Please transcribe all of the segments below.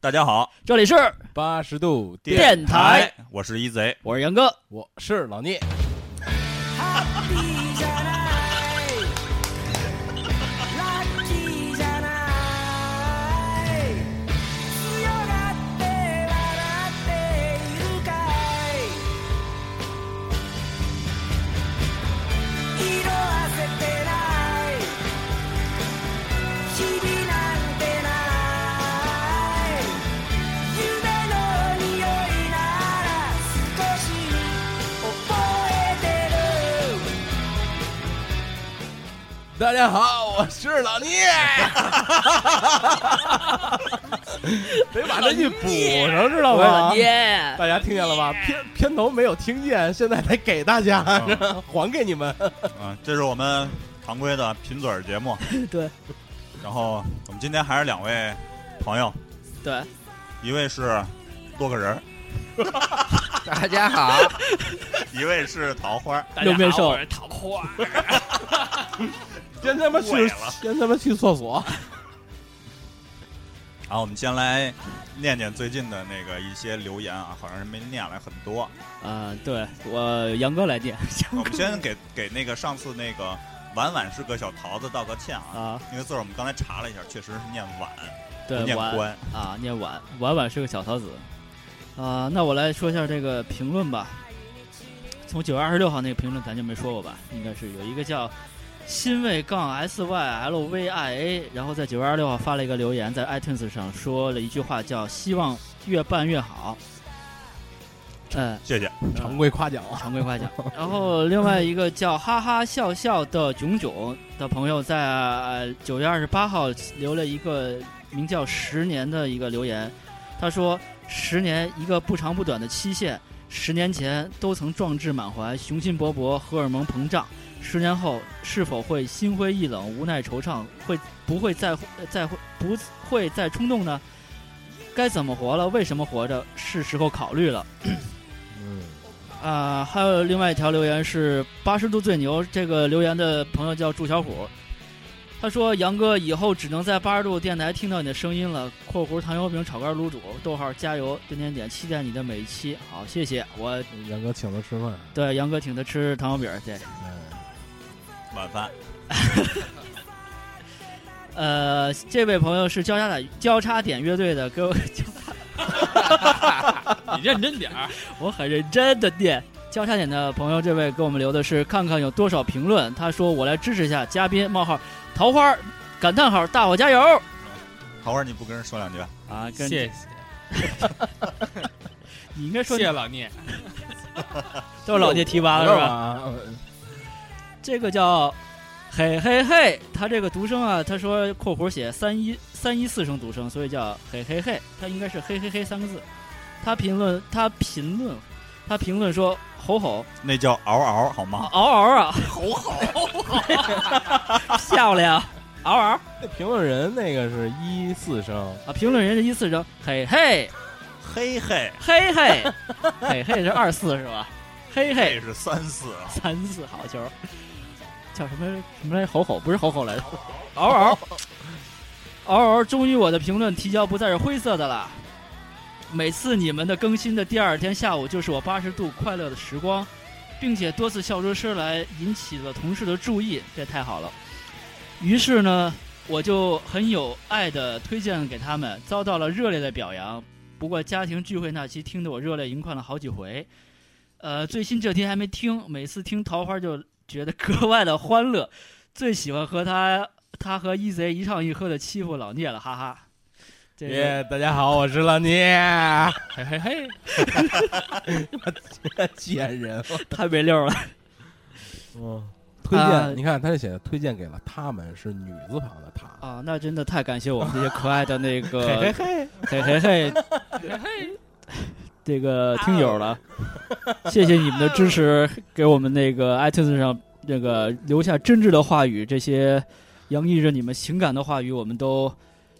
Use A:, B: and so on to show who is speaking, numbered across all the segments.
A: 大家好，
B: 这里是
C: 八十度电，
B: 电台，
A: 我是一贼。
B: 我是杨哥，
C: 我是老聂。
D: じゃないラッキーじゃない強がって笑っているかい色あせてない日々なんてない夢の匂いなら少し覚えてる
C: 大家好，我是 老聂。得把这句补上，知道吗？
B: 耶！
C: 大家听见了吧？片片头没有听见，现在得给大家，
B: 哦
C: 还给你们。
A: 嗯，这是我们常规的贫嘴儿节目。
B: 对
A: 然后我们今天还是两位朋友，
B: 对，
A: 一位是洛克人儿，
E: 大家好，
A: 一位是桃花儿。
B: 六面兽，
C: 先他妈
A: 毁
C: 去
A: 了，
C: 先他妈去厕所。
A: 然后我们先来念念最近的那个一些留言啊，好像是没念来很多。
B: 啊，对我杨哥来电
A: 我们先给给那个上次那个婉婉是个小桃子道个歉啊，
B: 啊，
A: 那个字儿我们刚才查了一下，确实是念婉，不
B: 对
A: 念
B: 晚
A: 关。
B: 啊，念晚晚晚是个小桃子啊。那我来说一下这个评论吧。从九月二十六号那个评论咱就没说过吧？应该是有一个叫新卫杠 S Y L V I A，然后在九月二十六号发了一个留言，在 iTunes 上说了一句话叫“希望越办越好”。呃，
A: 谢谢。
C: 常规夸奖啊，
B: 常规夸奖。然后另外一个叫哈哈笑笑的囧囧的朋友在九月二十八号留了一个名叫“十年”的一个留言，他说：“十年，一个不长不短的期限。十年前都曾壮志满怀，雄心勃勃，荷尔蒙膨胀。十年后是否会心灰意冷、无奈惆怅？会不会再呃再会不会再冲动呢？该怎么活了？为什么活着？是时候考虑了。”
C: 嗯，
B: 啊，还有另外一条留言是八十度最牛，这个留言的朋友叫祝小虎，他说杨哥以后只能在八十度电台听到你的声音了。（括弧糖油饼炒肝卤煮，逗号加油点点点，期待你的每一期。）好，谢谢我
C: 杨哥请他吃饭。
B: 对杨哥请他吃糖油饼，对，
C: 哎
A: 晚饭，
B: 呃，这位朋友是交叉点交叉点乐队的，给我交
F: 你认真点儿，
B: 我很认真的念。交叉点的朋友，这位给我们留的是看看有多少评论。他说：“我来支持一下嘉宾冒号桃花感叹号大伙加油
A: 桃花儿你不跟人说两句？
B: 啊！”
F: 谢
B: 跟
F: 谢，
B: 你应该说
F: 谢谢老聂。
B: 都是老聂提拔的是吧？
C: 啊
B: 这个叫嘿嘿嘿，他这个读声啊，他说括弧写三一三一四声读声，所以叫嘿嘿嘿，他应该是嘿嘿嘿三个字。他评论他评论他评论说吼吼
A: 那叫嗷嗷好
B: 嗷
A: 吗？
B: 嗷啊，吼 吼，漂亮，嗷嗷
C: 那呃评论人那个是一四声，
B: 啊！评论人是一四声，嘿嘿
A: 嘿嘿，
B: 嘿嘿嘿嘿是二四是吧？嘿
A: 这
B: 嘿
A: 是三四啊。
B: 三四好球，叫什么什么来？吼吼不是吼吼来着，嗷嗷嗷嗷！终于我的评论提交不再是灰色的了。每次你们的更新的第二天下午，就是我八十度快乐的时光，并且多次笑出声来，引起了同事的注意，这太好了。于是呢，我就很有爱的推荐给他们，遭到了热烈的表扬。不过家庭聚会那期听得我热泪盈眶了好几回，呃，最新这题还没听，每次听桃花就觉得格外的欢乐，最喜欢和他他和一贼一唱一和的欺负老聂了，哈哈。这个
C: 耶！大家好，我是老聂。
F: 嘿嘿嘿，
C: 贱人，
B: 太没溜儿了。
C: 嗯，推
B: 啊
C: 荐，你看他这写的推荐给了他们是女字旁的他，
B: 啊，那真的太感谢我们这些可爱的那
C: 嘿
B: 个
C: 嘿，
B: 嘿嘿嘿啊这个听友了，谢谢你们的支持，给我们那个 iTunes 上这个留下真挚的话语，这些洋溢着你们情感的话语，我们都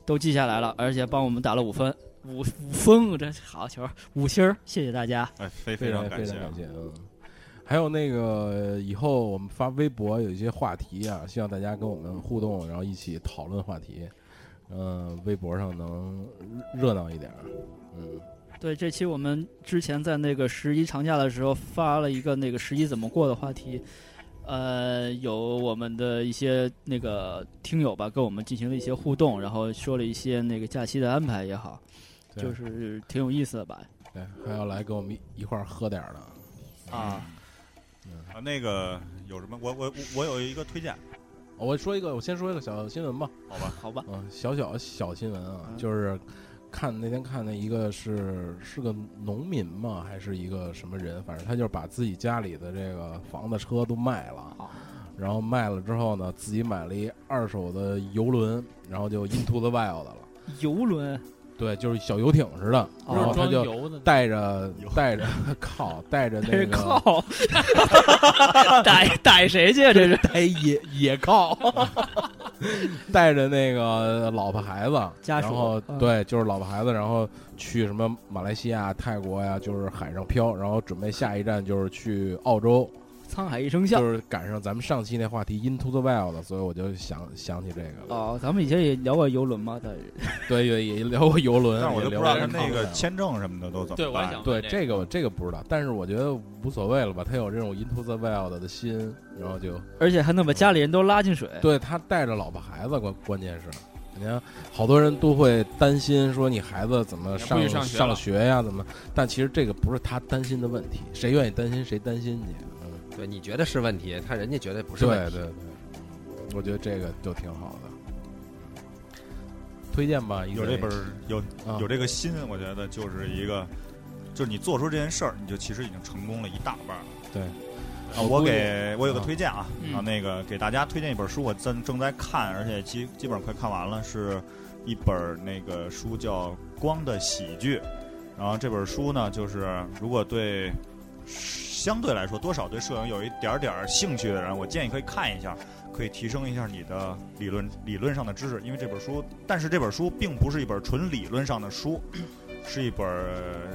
B: 都记下来了，而且帮我们打了五分，五五分，这好球，五星儿，谢谢大家。
A: 哎，非
C: 非
A: 常
C: 常
A: 感
C: 非
A: 谢
C: 常
A: 啊
C: 感。谢，嗯。还有那个以后我们发微博有一些话题啊，希望大家跟我们互动，然后一起讨论话题。嗯、微博上能热闹一点儿。嗯，
B: 对，这期我们之前在那个十一长假的时候发了一个那个十一怎么过的话题，呃，有我们的一些那个听友吧，跟我们进行了一些互动，然后说了一些那个假期的安排也好，
C: 对
B: 就是挺有意思的吧。
C: 对，还要来跟我们一一块儿喝点儿的。
B: 啊，
A: 啊，那个有什么？我我我有一个推
C: 嗯
A: 荐，
C: 哦我说一个，我先说一个小新闻吧。
A: 好吧？
B: 好吧，
C: 嗯，小小小新闻啊，
B: 嗯
C: 就是看那天看的一个是是个农民嘛，还是一个什么人，反正他就是把自己家里的这个房子、车都卖了
B: 好，
C: 然后卖了之后呢，自己买了一二手的游轮，然后就 into the wild 了。
B: 游 轮
C: 对，就是小游艇似的，
B: 哦
C: 然后他
F: 装
C: 就
F: 油的，
C: 带着
A: 游
C: 带着靠 带着
B: 这
C: 那
B: 是
C: 个
B: 靠，逮逮谁去啊？这是
C: 带野野靠，带着那个老婆孩子
B: 家属
C: 然后
B: 嗯
C: 对，就是老婆孩子，然后去什么马来西亚、泰国呀，就是海上漂，然后准备下一站就是去澳洲，
B: 沧海一声笑
C: 就。是赶上咱们上期那话题 Into the Wild，所以我就想想起这个了。
B: 哦，咱们以前也聊过游轮嘛，但是
C: 对，也也聊过游轮，
A: 但是我
C: 也
A: 就不
C: 聊
A: 知道他
C: 过这
A: 那
C: 个
A: 个签证什么的都怎么办。
F: 对我也想
C: 对
F: 问
C: 这个我这个不知道，但是我觉得无所谓了吧，他有这种 Into the Wild 的心，然后就
B: 而且还能把家里人都拉进水。
C: 对他带着老婆孩子，关关键是，你看好多人都会担心说你孩子怎么
F: 也不
C: 上
F: 许上学了
C: 学呀，怎么？但其实这个不是他担心的问题，谁愿意担心谁担心去。嗯，
E: 对，你觉得是问题，他人家觉得不是问
C: 对
E: 题。
C: 对对，我觉得这个就挺好的，推荐吧。一
A: 有
C: 个
A: 这本有
C: 啊
A: 有这个心，我觉得就是一个，就是你做出这件事儿，你就其实已经成功了一大半儿。
C: 对
A: 啊，我给我有个推荐啊，
F: 嗯
A: 啊，那个给大家推荐一本书，我正正在看，而且基基本上快看完了，是一本那个书叫《光的喜剧》，然后这本书呢，就是如果对相对来说多少对摄影有一点点儿兴趣的人，我建议可以看一下，可以提升一下你的理论理论上的知识，因为这本书，但是这本书并不是一本纯理论上的书，是一本儿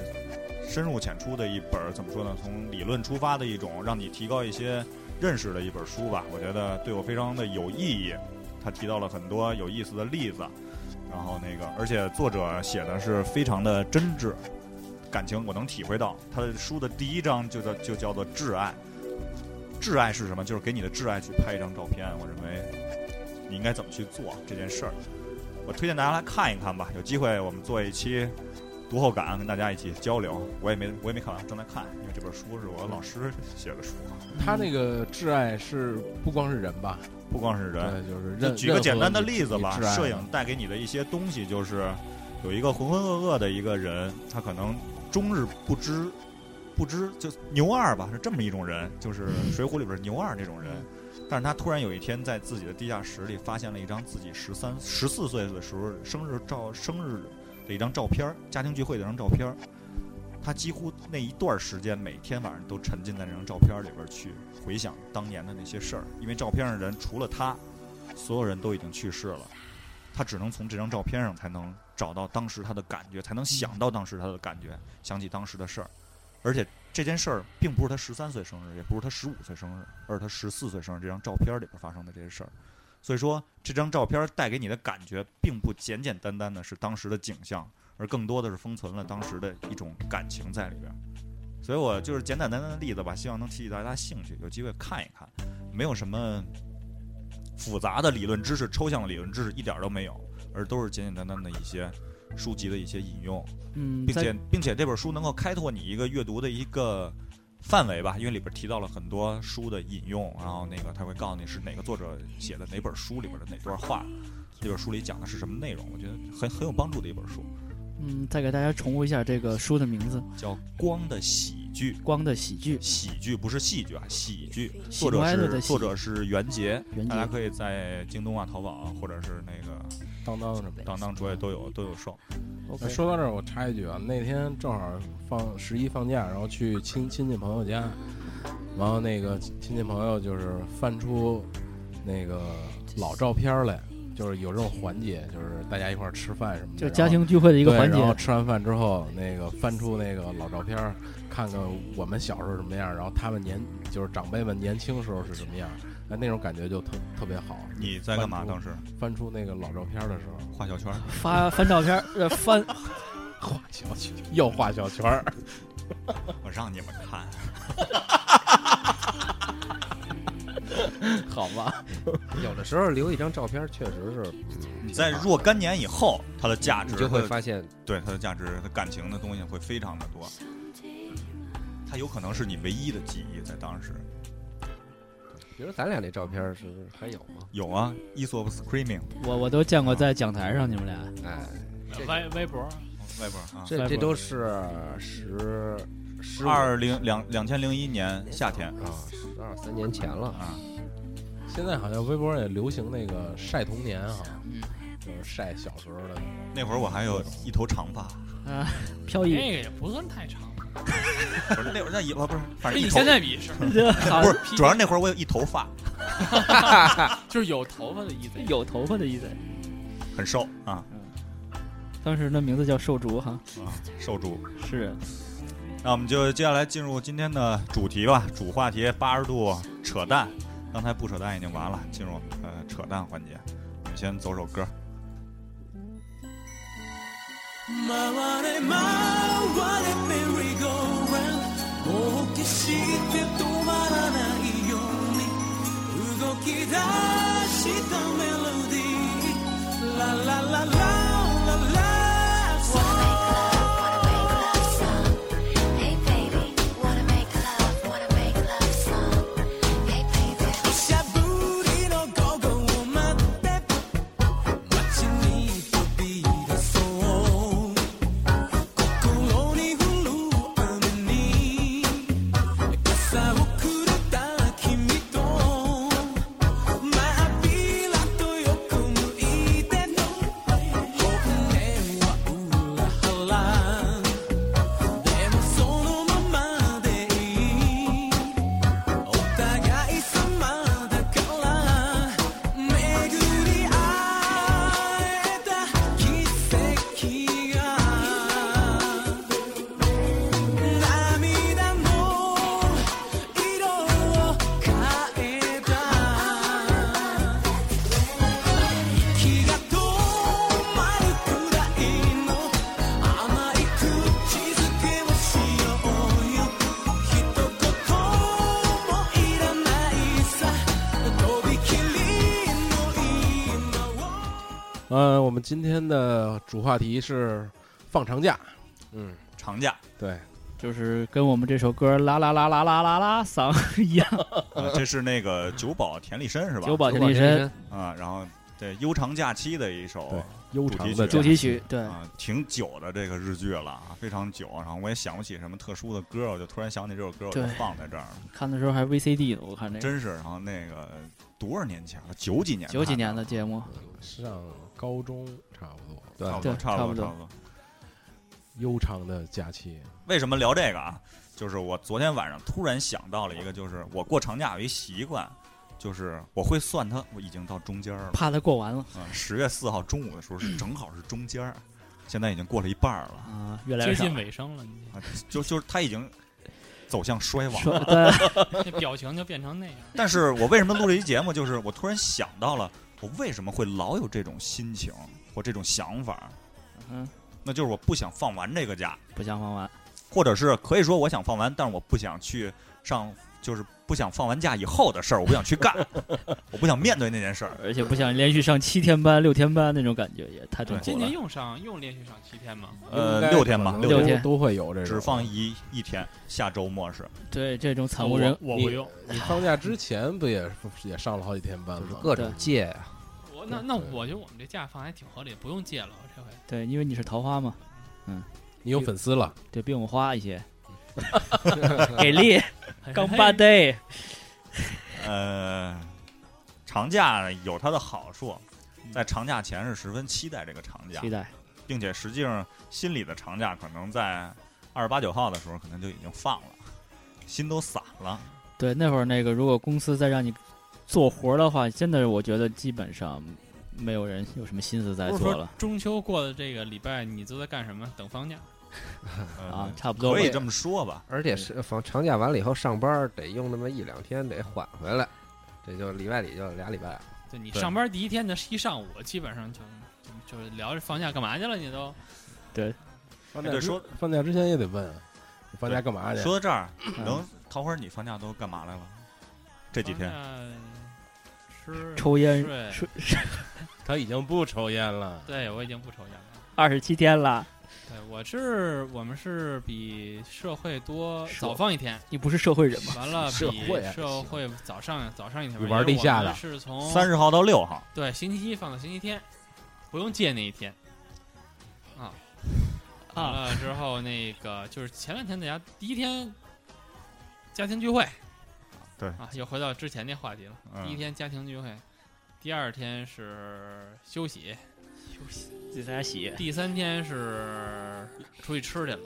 A: 深入浅出的一本儿，怎么说呢？从理论出发的一种让你提高一些认识的一本书吧。我觉得对我非常的有意义，他提到了很多有意思的例子，然后那个，而且作者写的是非常的真挚，感情我能体会到。他的书的第一章就叫就叫做挚爱。挚爱是什么？就是给你的挚爱去拍一张照片。我认为你应该怎么去做这件事儿。我推荐大家来看一看吧，有机会我们做一期读后感，跟大家一起交流。我也没我也没看完，正在看，因为这本书是我老师写的书，
C: 他那个挚爱是不光是人吧，
A: 不光是人。
C: 对，就是
A: 就
C: 任
A: 举个简单的例子吧，摄。
C: 任何
A: 影
C: 你啊
A: 带给你的一些东西，就是有一个浑浑噩噩的一个人，他可能终日不知不知就牛二吧，是这么一种人，就是《
C: 嗯
A: 水浒》里边牛二这种人。但是他突然有一天在自己的地下室里发现了一张自己十三、十四岁的时候生日照、生日的一张照片儿，家庭聚会的一张照片儿。他几乎那一段时间，每天晚上都沉浸在这张照片里边去回想当年的那些事儿，因为照片上的人除了他，所有人都已经去世了，他只能从这张照片上才能找到当时他的感觉，才能想到当时他的感觉，想起当时的事儿。而且这件事儿并不是他十三岁生日，也不是他十五岁生日，而是他十四岁生日这张照片里边发生的这些事儿。所以说，这张照片带给你的感觉，并不简简单单的是当时的景象，而更多的是封存了当时的一种感情在里边。所以我就是简简单单的例子吧，希望能提起大家兴趣，有机会看一看，没有什么复杂的理论知识、抽象的理论知识一点儿都没有，而都是简简单单的一些书籍的一些引用，
B: 嗯，
A: 并
B: 在
A: 且并且这本书能够开拓你一个阅读的一个范围吧，因为里边提到了很多书的引用，然后那个他会告诉你是哪个作者写的哪本书里边的哪段话，这本书里讲的是什么内容，我觉得很很有帮助的一本书，
B: 嗯，再给大家重复一下这个书的名字，《
A: 叫《光的喜剧》。
B: 光的喜剧》。
A: 喜剧不是戏剧啊，喜剧。
B: 喜
A: 作者
B: 欢乐的
A: 是
B: 喜
A: 作者是袁杰，
B: 袁
A: 大家
B: 杰
A: 可以在京东啊、淘宝啊，或者是那个
C: 知爱当当什么的。
A: 当当卓也都
F: 嗯
A: 有都有售。
B: OK，
C: 说到这儿，我插一句啊，那天正好放十一放假，然后去亲亲戚朋友家，然后那个亲戚朋友就是翻出那个老照片儿来，就是有这种环节，就是大家一块儿吃饭什么的，
B: 就
C: 然后
B: 家庭聚会的一个
C: 对
B: 环
C: 然后
B: 节。
C: 吃完饭之后，那个翻出那个老照片儿，看看我们小时候什么样，然后他们年就是长辈们年轻时候是什么样，哎，那种感觉就特特别好。
A: 你在干嘛？当时
C: 翻出那个老照片的时候，
A: 嗯 画小圈 儿，
B: 发翻照片儿， 呃，翻
C: 画小圈，又画小圈儿，
A: 我让你们看。
C: 好吧？
E: 有的时候留一张照片，确实是
A: 啊你在若干年以后，它的价值
E: 你就会
A: 它的
E: 发现，
A: 对它的价值、它感情的东西会非常的多，
F: 嗯
A: 它有可能是你唯一的记忆，在当时
E: 比如咱俩那照片是还有吗？
A: 有啊，《Aesop Screaming
B: 我我都见过在讲台上你们俩，
E: 哎，
A: 啊
E: 这
F: 微微博，》
A: 外边啊，
E: 这这都是十十五
A: 二零两两千零一年夏天
E: 啊，十二三年前了。
A: 啊，
C: 现在好像微博也流行那个晒童年啊，就是晒小时候的。
A: 那会儿我还有一头长发，
B: 啊，飘
F: 那
B: 逸，
F: 个也不算太长，
A: 不是那会儿那一哦不是，反正
F: 跟你
A: 一头
F: 现在比是，
B: 好
A: 不是，主要是那会儿我有一头发，
F: 就是有头发的意思。
B: 有头发的意思。
A: 很瘦啊
B: 当时的名字叫瘦竹哈，
A: 啊，瘦猪。
B: 是
A: 那我们就接下来进入今天的主题吧，主话题八十度扯淡。刚才不扯淡已经完了，进入我们呃扯淡环节。我们先走首歌，
D: 回れ回れメリーゴーランド冒険して止まらないように動き出したメロディーラララララララ
G: Hey
D: しゃぶりの午後を待って街に飛び出そう心に降る雨に傘をくれた君と真っ平らと横向いての本音は裏腹でもそのままでいいお互い様だから巡り会えた奇跡が涙の色を変えた気が止まるくらいの甘い口づけをしようよ一言もいらないさ飛び切りの今を
C: 呃，我们今天的主话题是放长假。嗯，
A: 长假、
C: 对，
B: 就是跟我们这首歌啦啦啦啦啦啦啦嗓一样，
A: 啊这是那个久保田利伸是吧？
B: 久呃保
E: 九
B: 田
E: 保
B: 利伸
E: 身
A: 啊，然后对悠长假期的一首
C: 对悠
A: 长
C: 长
A: 的
C: 的
A: 假
B: 主题曲，对，
A: 啊，挺久的这个日剧了啊，非常久。然后我也想不起什么特殊的歌，我就突然想起这首歌，我就
B: 对
A: 放在这儿了。
B: 看的时候还 VCD 呢，我看这个
A: 真是，然后那个多少年前了？九几年？
B: 九几年的？节目，
C: 啊上高中差不多。对
A: 差不多，
B: 对
A: 差不
B: 差不多
A: 差不多。
C: 悠长的假期，
A: 为什么聊这个啊？就是我昨天晚上突然想到了一个，就是我过长假有一习惯，就是我会算它，我已经到中间儿了。
B: 怕它过完了
A: 啊，十月四号中午的时候是正好是中间儿，现在已经过了一半儿 了，
B: 啊，越来
F: 接
B: 越少
F: 近。尾声了，你
A: 啊，就就是它已经走向衰亡。
B: 说对，
F: 这表情就变 成那样。
A: 但是我为什么录这期节目？就是我突然想到了，我为什么会老有这种心情或这种想法？
B: 嗯，
A: 那就是我不想放完这个假，
B: 不想放完，
A: 或者是可以说我想放完，但是我不想去上，就是不想放完假以后的事儿，我不想去干， 我不想面对那件事儿。
B: 而且不想连续上七天班、六天班那种感觉，也太痛
F: 今
B: 苦了
F: 年。用上用连续上七天吗？
A: 呃
C: 应该
A: 六天吧
C: 可能
B: 六
C: 都
B: 天
C: 都会有这种。
A: 只放一一天，下周末是
B: 对，这种惨无人
F: 我
C: 不
F: 不用，
C: 你放假之前不也是也上了好几天班吗？
E: 各种借呀，
F: 我那那我觉得我们这假放还挺合理，不用借了，我这回。
B: 对，因为你是桃花嘛，
C: 你有粉丝了，
B: 对，比我们花一些，给力，刚八 day，
A: 呃，长假有它的好处，在长假前是十分期待这个长假
B: 期，待
A: 并且实际上心里的长假可能在二十八九号的时候可能就已经放了，心都散了。
B: 对，那会儿那个，如果公司再让你做活儿的话，真的，我觉得基本上没有人有什么心思再
F: 不是
B: 做
F: 说
B: 了
F: 中秋过的这个礼拜你都在干什么？等放假。
A: 呃
B: 啊，差不多吧
A: 可。以这么说吧。
E: 嗯而且是放长假完了以后上班得用那么一两天得缓回来，这就里外里就俩礼拜。
F: 对你
A: 对
F: 上班第一天的一上午，基本上就就就聊着放假干嘛去了，你都
C: 放
A: 哎
C: 假
A: 对，
C: 之
A: 说
C: 放假之前也得问，你放假干嘛去？
A: 说到这儿，
C: 嗯
A: 能桃花，你放假都干嘛来了？这几天
F: 放假吃
B: 抽烟
F: 睡
B: 睡
C: 他已经不抽烟了，
F: 对我已经不抽烟了。
B: 二十七天了，
F: 对，我是我们是比社会多
B: 社
F: 早放一天，
B: 你不是社会人吗？
F: 完了
C: 社
F: 比
C: 会啊
F: 社会早上早上一天，
C: 玩
F: 因为
C: 地下
F: 我们
C: 的
F: 是从
A: 三十号到六号，
F: 对星期一放到星期天，不用借那一天啊。完了之后，那个就是前两天大家第一天家庭聚会，
A: 对
F: 啊，又回到之前那话题了。
A: 嗯
F: 第一天家庭聚会，第二天是休息，
B: 给大家洗
F: 第三天是出去吃去了，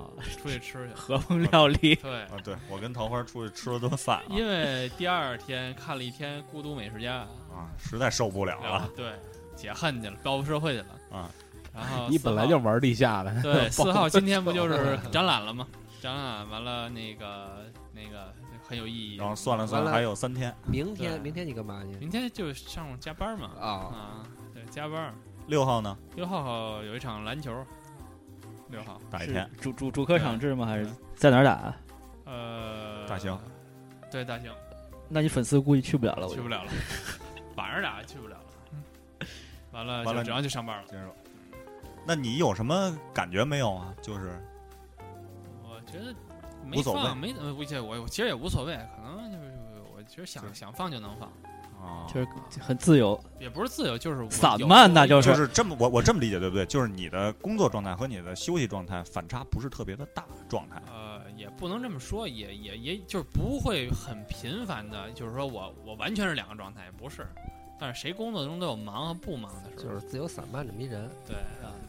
B: 啊，
F: 出去吃去了。
B: 和风料理，
F: 对，
A: 啊，对我跟桃花出去吃了顿饭啊
F: 因为第二天看了一天《孤独美食家
A: 啊，实在受不了》，
F: 然后
A: 了。
F: 对解恨去了，报复社会去了
A: 啊。
F: 然后
C: 你
F: 四
C: 本来
F: 号
C: 就玩地下的，
F: 对，四号今天不就是展览了吗？展览完了，那个那个很有意义
A: 然。后算了算
E: 完了
A: 还有三天，
E: 明天
F: 对
E: 明天你干嘛去？
F: 明天就上午加班嘛，
E: 啊，
F: 啊，对，加班。
A: 六号呢，
F: 六号有一场篮球，六号，
A: 打一
B: 是
A: 天，
B: 主主主客场制吗？还是在哪儿打啊？
F: 呃，
A: 大兴，
F: 对，大兴
B: 那你粉丝估计去不了了，我觉
F: 去
B: 得
F: 不了了，晚上打去不了了。完了，
A: 完了
F: 就只要去上班了。
A: 接着。那你有什么感觉没有啊？就是
F: 我觉得
A: 无
F: 没
A: 所谓
F: 放，没呃，我我我其实也无所谓，可能就是我其实想
A: 对
F: 想放就能放，
A: 啊，
B: 就是很自由，
F: 也不是自由，就是我
B: 散
F: 有
B: 漫那
F: 有
B: 就是
A: 就是这么我我这么理解对不对？就是你的工作状态和你的休息状态反差不是特别的大，状态
F: 呃，也不能这么说，也也也就是不会很频繁的，就是说我我完全是两个状态，不是。但是谁工作中都有忙和不忙的时候，
E: 就是自由散漫这么一人，
F: 对，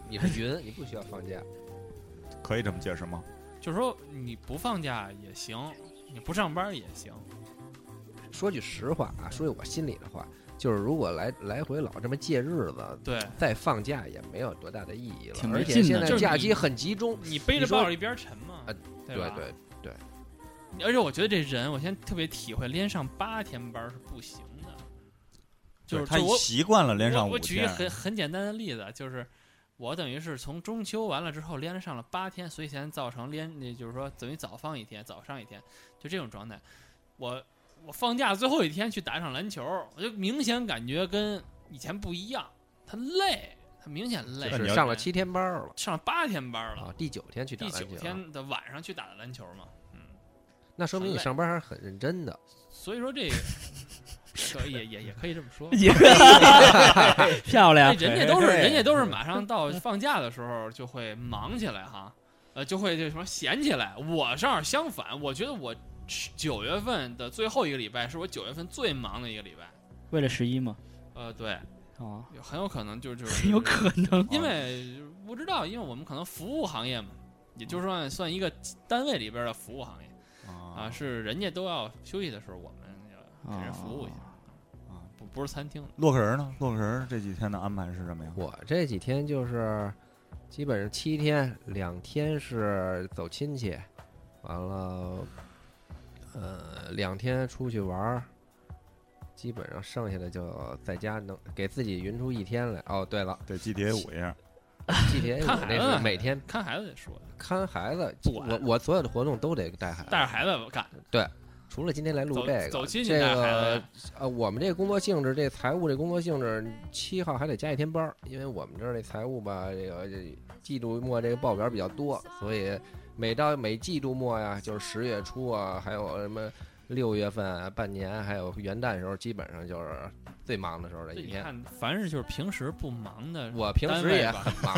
E: 你 是云，你不需要放假。
A: 可以这么解释吗？
F: 就是说你不放假也行，你不上班也行，
E: 说句实话啊，说句我心里的话，就是如果来来回老这么借日子，
F: 对
E: 再放假也没有多大的意义了
B: 挺。没
E: 而
B: 劲
E: 且
B: 的。
E: 现在
F: 就是
E: 假
F: 你
E: 期很集中，
F: 你背着
E: 你说
F: 抱着一边沉嘛，
E: 啊
F: 对
E: 对
F: 吧？
E: 对，
F: 而且我觉得这人，我现在特别体会，连上八天班是不行的，就是
A: 他
F: 就我
A: 习惯了连上
F: 我
A: 五
F: 我举一个
A: 天，
F: 很很简单的例子，啊就是我等于是从中秋完了之后连上了八天，所以现在造成连，也就是说等于早放一天，早上一天，就这种状态。我我放假最后一天去打一场篮球，我就明显感觉跟以前不一样，他累，他明显累，
E: 就
A: 你
E: 是
A: 要
E: 上了七天班儿了
F: 上了八天班了
E: 啊，，第九天去打
F: 第九
E: 篮球啊，
F: 天的晚上去打的篮球嘛，嗯，
E: 那说明
F: 很
E: 你
F: 累
E: 上班还是很认真的。
F: 所以说这个可也也也可以这么说
B: 也漂亮
F: 哎，人家都是人家都是马上
B: 哎
F: 到放假的时候就会忙起来哈，呃，就会这什么闲起来。我正好相反，我觉得我九月份的最后一个礼拜是我九月份最忙的一个礼拜。
B: 为了十一嘛，
F: 呃，对，
B: 啊，
F: 有很有可能就就是
B: 很 有可能，
F: 因为不知道，因为我们可能服务行业嘛，也
B: 嗯
F: 就是说算一个单位里边的服务行业啊，
A: 啊
F: 是人家都要休息的时候，我们要给人服务一下
A: 啊啊，
B: 哦
F: 不不是餐厅。
A: 洛克人呢？洛克人这几天的安排是什么呀？
E: 我这几天就是基本上七天，两天是走亲戚，完了，呃，两天出去玩儿，基本上剩下的就在家能给自己匀出一天来。哦，对了
A: 得 GTA 五一下，
E: ，GTA
F: 看
E: 我
F: 孩
E: 那
F: 子
E: 是每天
F: 看孩子得说，
E: 看孩子，
F: 不
E: 我
F: 管
E: 我所有的活动都得带孩子，
F: 带着孩子干，
E: 除了今天来录
F: 走
E: 这个，
F: 走亲戚
E: 这
F: 带着孩
E: 个
F: 子。
E: 呃，我们这工作性质，这财务这工作性质，七号还得加一天班儿，因为我们这儿这财务吧，这个这季度末这个报表比较多，所以每到每季度末呀，就是十月初啊，还有什么六月份、啊、半年，还有元旦的时候，基本上就是最忙的时候的
F: 这
E: 一
F: 你
E: 天。
F: 看，凡是就是平时不忙的，
E: 我平时也很忙，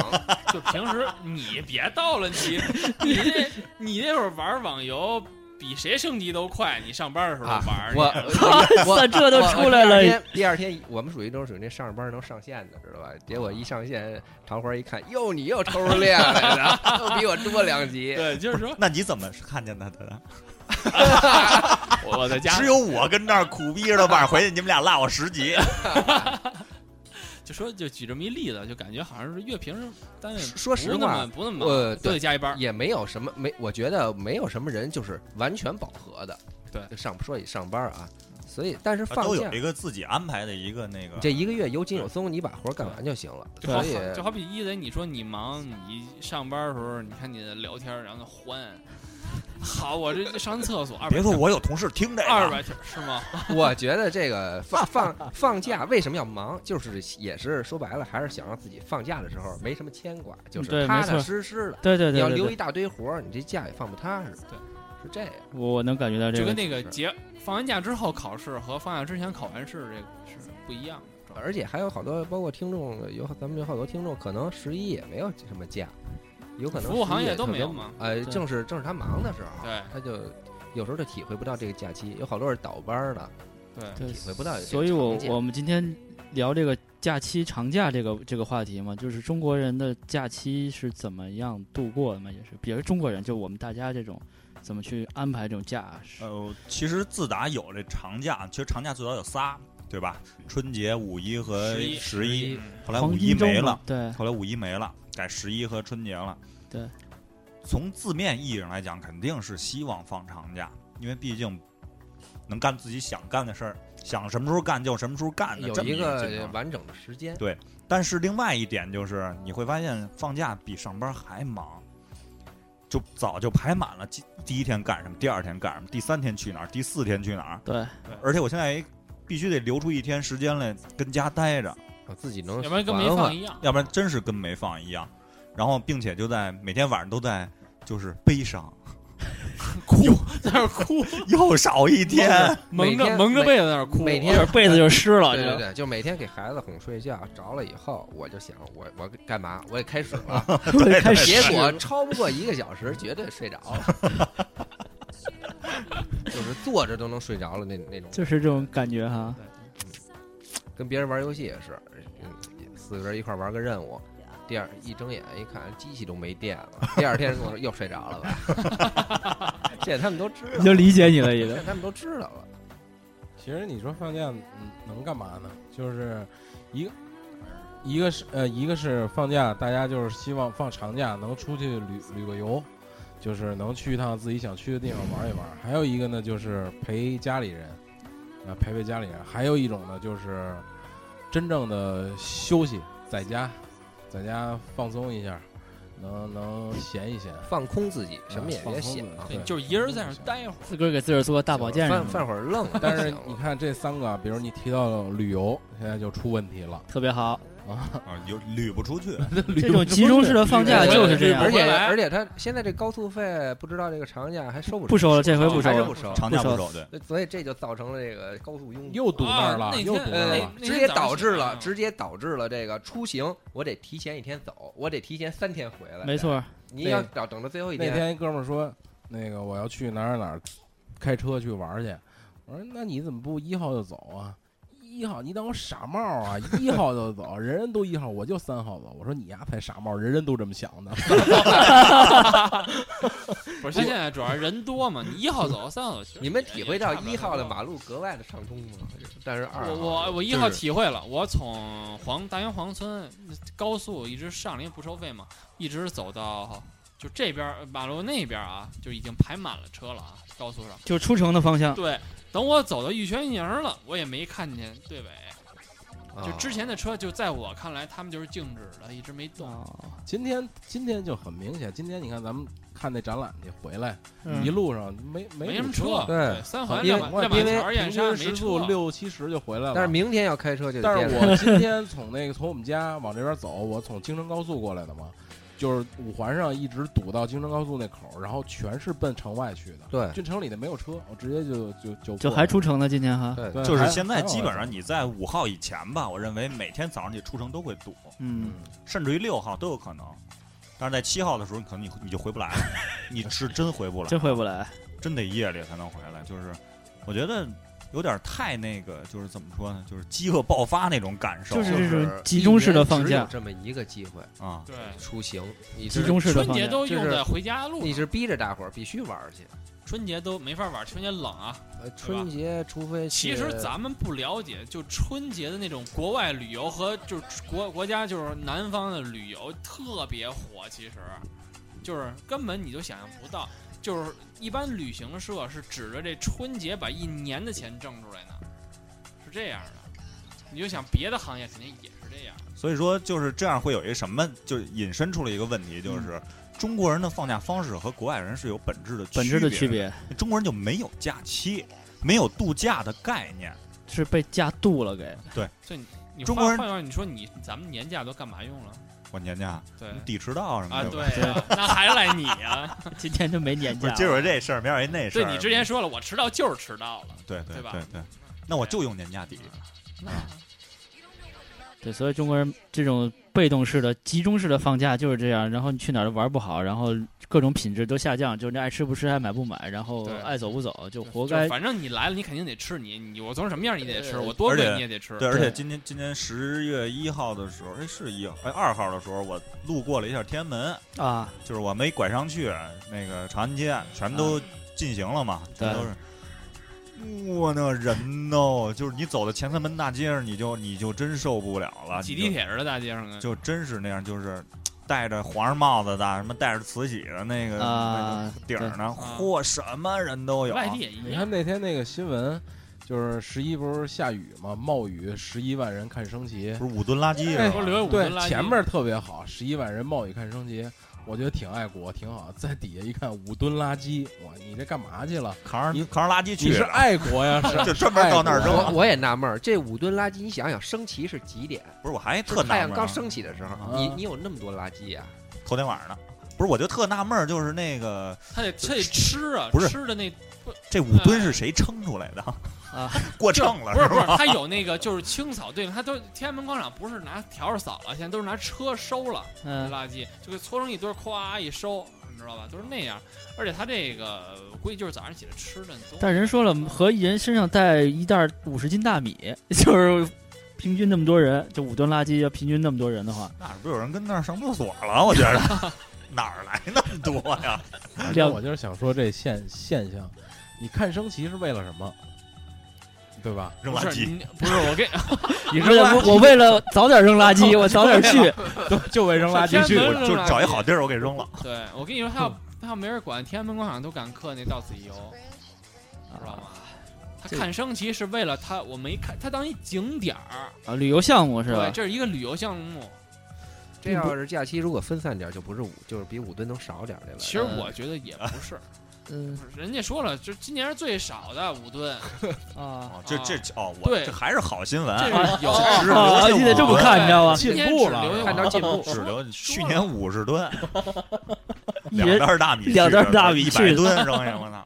F: 就平 时你别到了你，你这你那会儿玩网游比谁升级都快，你上班的时候玩儿，
E: 啊我
F: 你
E: 我
B: 算这都出来
E: 我第二
B: 了，
E: 天，第二天我们属于都是属于那上着班能上线的，知道吧？结果一上线，桃花一看，哟，你又抽出练来了， 又比我多两级。
F: 对，就是 说
A: 那你怎么看见他的？
F: 我我在家
A: 只有我跟那儿苦逼着的晚上回去，你们俩落我十 级，
F: 就说就举这么一例子，就感觉好像是越平时单位
E: 说实
F: 不那
E: 话
F: 么不那么忙，
E: 呃
F: 都得加一班儿。
E: 也没有什么没，我觉得没有什么人就是完全饱和的。
F: 对
E: 就上说起上班啊，所以但是
A: 啊
E: 放
A: 都
E: 假
A: 有一个自己安排的一个那个。
E: 这一个月有井有松，你把活儿干完就行了。
F: 就好
E: 所 以
F: 就好比一雷，你说你忙，你上班的时候，你看你的聊天，然后欢，好，我这这上厕所，二百
A: 别说我有同事听这
F: 二
A: 个，
F: 百是吗？
E: 我觉得这个 放放放假为什么要忙，就是也是说白了，还是想让自己放假的时候没什么牵挂，就
B: 对
E: 是
B: 没
E: 踏
B: 错
E: 踏实实的。
B: 对对
E: 你
B: 对
E: 要
B: 对
E: 留
B: 对
E: 一大堆活儿，你这假也放不踏实。
F: 对，
E: 是这样。
B: 我我能感觉到这
F: 就
B: 个
F: 跟，那个
E: 是
F: 结放完假之后考试和放假之前考完试这个是不一样的状态。
E: 而且还有好多，包括听众有咱们有好多听众，可能十一也没有什么假，有可能
F: 服务行业
E: 11
F: 都
E: 可
F: 没
E: 能
F: 有嘛
E: 呃，
B: 对
E: 正是正是他忙的时候，
F: 对
E: 他就有时候就体会不到这个假期，有好多是倒班儿的，
F: 对，
B: 对
E: 体会不到这个
B: 所以我
E: 常见
B: 我们今天聊这个假期长假这个这个话题嘛，就是中国人的假期是怎么样度过的嘛，也是，比如中国人，就我们大家这种怎么去安排这种假，是
A: 呃，其实自打有这长假，其实长假最早有仨，对吧？春节、五一和
F: 十一
A: 十一，
F: 嗯
A: 后来五
B: 黄
A: 一
B: 金周
A: 没
B: 嘛
A: 了，
B: 对，
A: 后来五一没了，改十一和春节了。
B: 对，
A: 从字面意义上来讲，肯定是希望放长假，因为毕竟能干自己想干的事儿，想什么时候干就什么时候干的
E: 有
A: 这么
E: 一
A: 个劲
E: 个
B: 啊
A: 头
E: 完整的时间。
A: 但是另外一点就是，你会发现放假比上班还忙，就早就排满了，第第一天干什么，第二天干什么，第三天去哪儿，第四天去哪儿。
B: 对，
A: 而且我现在必须得留出一天时间来跟家待着，
E: 我自己能
F: 要不然跟没
E: 缓
F: 放
E: 缓
F: 一 样。
A: 要不然真是跟没放一样。然后，并且就在每天晚上都在就是悲伤，
F: 哭，在那儿哭，
A: 又少一天。
E: 每
F: 蒙着
E: 天
F: 蒙着
E: 每
F: 被子在那儿哭，
E: 每
B: 有
E: 天
B: 点被子就湿了，
E: 对对
B: 这
E: 对，就每天给孩子哄睡觉，着了以后，我就想我我干嘛？我也开始了，
B: 对， 开始
E: 结果超不过一个小时，绝对睡着了，就是坐着都能睡着了那那种。
B: 就是这种感觉哈。
E: 跟别人玩游戏也是，嗯，四个人一块玩个任务，第二一睁眼一看机器都没电了，第二天跟我说又睡着了吧， 这他们都知道
B: 就，理解你了，已
E: 这
B: 经。
E: 他们都知道了。
C: 其实你说放假嗯能干嘛呢？就是一个一个是呃，一个是放假，大家就是希望放长假能出去旅旅个游，就是能去一趟自己想去的地方玩一玩。还有一个呢，就是陪家里人，啊、陪陪家里人。还有一种呢，就是真正的休息，在家，在家放松一下，能能闲一闲，
E: 放空自己，什么也
C: 啊
E: 别
C: 放松
E: 想，
C: 了
F: 对
C: 对
F: 就是一人在那儿待会儿。
B: 自个儿给自个儿做个大保健什
E: 犯
B: 么的，
E: 犯会儿愣。
C: 但是你看这三个，啊比如你提到旅游，现在就出问题了
B: 特别 好。
C: 啊。
A: 啊，有捋不出去，
B: 这种集中式的放假就是这样
E: 而，且
F: 回来
E: 而且他现在这高速费不知道这个长假还收不
B: 不收了，这回
E: 不
B: 不收
E: 还是
B: 了
E: 不。收，
A: 长假
B: 不
A: 不
B: 收
A: 收，对，
E: 所以这就造成了这个高速拥堵，
C: 又堵那儿了，
F: 啊那
C: 又堵
F: 天
C: 那儿
E: 呃
C: 了。
F: 那
E: 直
F: 天
E: 接
F: 早上
E: 导致
F: 起来
E: 了
F: 啊
E: 直接导致了这个出行，我得提前一天走，我得提前三天回来，
B: 没，错，
E: 你
C: 那
E: 要等等到最后一
C: 那天一哥们儿说，那个我要去哪儿哪儿，开车去玩儿去。我说那你怎么不一号就走啊？一号你当我傻帽啊？一号就走，人人都一号，我就三号走。我说你丫才傻帽，人人都这么想的。
F: 不是，他现在主要是人多嘛，你一号走，三号走。其实
E: 你们体会到
F: 也差不了
E: 一号的
F: 多
E: 马路格外的畅通吗？但是二
F: 我
E: 号啊
F: 我我一号体会了，我从黄大元黄村高速一直上了，因为不收费嘛，一直走到就这边儿马路那边儿啊，就已经排满了车了啊，高速上。
B: 就出城的方向。
F: 对，等我走到玉泉营儿了，我也没看见队尾，就之前
E: 的
F: 的车就在我看来，他们就是静止的，一直没
C: 啊
F: 动。
B: 哦
C: 今天今天就很明显，今天你看咱们看那展览去回来，
B: 嗯
C: 一路上没
F: 没
C: 什
F: 什么
C: 么
F: 车，
E: 对
F: 三环
C: 因
F: 亮
C: 为
F: 马亮马
C: 因为
F: 桥燕
C: 平
F: 山
C: 均
F: 没
C: 时
F: 车
C: 速，六七十就回来了。
E: 但是明天要开车就得
C: 但是
E: 见
C: 我今天从那个从我们家往这边走，我从京承高速过来的嘛，就是五环上一直堵到京承高速那口儿，然后全是奔城外去的。
E: 对
C: 进城里的没有车，我直接就就就
B: 就
C: 过
B: 还
C: 来
B: 出城呢，今天哈。
E: 对
C: 对
A: 就是
C: 还
A: 现在
C: 还
A: 基
C: 往
A: 本
C: 外
A: 上
C: 走
A: 你在五号以前吧，我认为每天早上你出城都会堵，
B: 嗯，
A: 甚至于六号都有可能。但是在七号的时候，你可能你你就回不来了，你是真回不来，
B: 真回不来。
A: 真得夜里才能回来。就是我觉得有点太那个，就是怎么说呢，就是饥饿爆发那种感受，
B: 就是
E: 就是
B: 这种集中式的放
E: 一年只有
B: 假，
E: 这么一个机会
A: 啊，
F: 对，
E: 出行，你
B: 集
E: 是
B: 中式的
F: 春
B: 放
F: 节
B: 假。
F: 都用
E: 这是
F: 在回家路
E: 你
F: 上，
E: 是逼着大伙儿必须玩儿去。
F: 春节都没法玩，春节冷啊。
E: 呃，春节除非
F: 其
E: 去
F: 实咱们不了解，就春节的那种国外旅游和就是国国家就是南方的旅游特别火，其实就是根本你就想象不到，就是一般旅行社是指着这春节把一年的钱挣出来呢。这样的，你就想别的行业肯定也是这样。
A: 所以说就是这样会有一个什么，就引申出了一个问题，
B: 嗯
A: 就是中国人的放假方式和国外人是有本质的
B: 本质的区
A: 别
B: 别
A: 的。中国人就没有假期，没有度假的概念。
B: 是被架度了 给。
F: 所以你你
A: 中
F: 换
A: 国人
F: 换句话，你说你咱们年假都干嘛用了？
A: 我年假
F: 对
A: 抵迟到什么
F: 啊，
A: 的。
F: 对啊，那还赖你 啊！
B: 今天就没年
A: 不
B: 假
A: 是，今
B: 了，
A: 儿有这事儿，明儿有那事
F: 对
A: 儿。
F: 你之前说了，我迟到就是迟到了。
A: 对对
F: 对吧嗯
A: 对对，那我就用年假抵。
F: 那
B: 对，所以中国人这种被动式的、集中式的放假就是这样，然后你去哪儿都玩不好，然后各种品质都下降，就是你爱吃不吃，爱买不买，然后
F: 对
B: 爱走不走，就
F: 就
B: 活
F: 就
B: 该。
F: 反正你来了，你肯定得吃你你我从什么样你得吃，
B: 呃
F: 我多
A: 而且
F: 贵你也得吃。
A: 对，而
B: 对
A: 且今天今年十月一号的时候，哎，是一号哎二号的时候，我路过了一下天安门，
B: 啊，
A: 就是我没拐上去，那个长安街全都进行了嘛，全都是。我那人哦，就是你走到前三门大街上，你就你就真受不了了。
F: 挤
A: 你
F: 地
A: 就
F: 铁似的大街上啊，
A: 就真是那样，就是戴着皇上帽子的，什么戴着慈禧的那个
B: 啊
A: 那个顶儿呢，嚯，什么人都有。啊
F: 外地也一
C: 你看
F: 样。
C: 那天那个新闻，就是十一不是下雨嘛，冒雨十一万人看升旗，
A: 不是五吨垃圾
C: 哎
A: 是啊
F: 不
A: 吧
F: 是留有五
C: 对
F: 吨垃，圾
C: 前面特别好，十一万人冒雨看升旗，我觉得挺爱国，挺好。在底下一看五吨垃圾，哇，你这干嘛去了？
A: 扛
C: 你
A: 着扛着垃圾
C: 你
A: 去
C: 是
A: 的，
C: 爱 国呀？是
A: 就专门到那儿
C: 哎
A: 扔。
E: 我我也纳闷儿，这五吨垃圾，你想想升旗是几点？
A: 不是，我还
E: 是
A: 特
E: 太
A: 纳
E: 阳
A: 闷儿，
F: 啊
A: 啊
E: 刚升起的时候，
B: 啊
C: 嗯
E: 你你有那么多垃圾啊呀、
A: 头天晚上呢。不是，我就特纳闷儿，就是那个
F: 他得他得吃啊，
A: 不是
F: 吃的那
A: 这五吨是谁称出来的
B: 啊？
A: 过秤了
F: 不是
A: 是
F: 不是，
A: 吧？
F: 他有那个就是清扫队，他都天安门广场不是拿笤帚扫了，现在都是拿车收了
B: 嗯、
F: 垃圾，就给搓成一堆儿，咵一收，你知道吧？都是那样。而且他这个我估计就是早上起来吃的东西。
B: 但是人说了，和一人身上带一袋五十斤大米， 就是平均那么多人，就五吨垃圾要平均那么多人的话，
A: 那不是有人跟那儿上厕所了？我觉得哪儿来那么多呀？
C: 反
B: 两
C: 正啊我就是想说这现现象，你看升旗是为了什么？对吧？
A: 扔
F: 不
A: 垃
F: 是
A: 圾，
F: 你不是我跟
B: 你说我我为了早点扔垃圾，我早点去，
C: 就就为扔垃圾去
F: 天安
A: 我
F: 门
C: 了。
A: 就找一好地儿我给扔 了。
F: 对我跟你说，他要他要没人管，天安门广场都敢刻那“到此一游”，
E: 啊
F: 知道吗？他看升旗是为了他，我没看他当一景点儿，
B: 啊，旅游项目是
F: 对，
B: 吧？
F: 这是一个旅游项目。
E: 这要是假期如果分散点儿，就不是五，就是比五吨能少点儿对吧？
F: 其实我觉得也不是，
B: 嗯
F: 人家说了，就今年是最少的五吨，
B: 啊，
A: 哦，这这哦，我
F: 对
A: 这还是好新闻
E: 啊
A: 啊
F: 这，是 有
A: 只留
B: 啊
A: 下
B: 你得这么
A: 五吨
B: 看你知道吗
F: 今年
C: 进步
F: 只
C: 了
F: 留下
E: 看到进步
A: 只留去
F: 了
A: 年五十吨，
B: 一
A: 两
B: 人
A: 袋儿大米去的，
B: 两袋儿大米
A: 一
B: 去
A: 百
B: 的
A: 吨扔下，我操！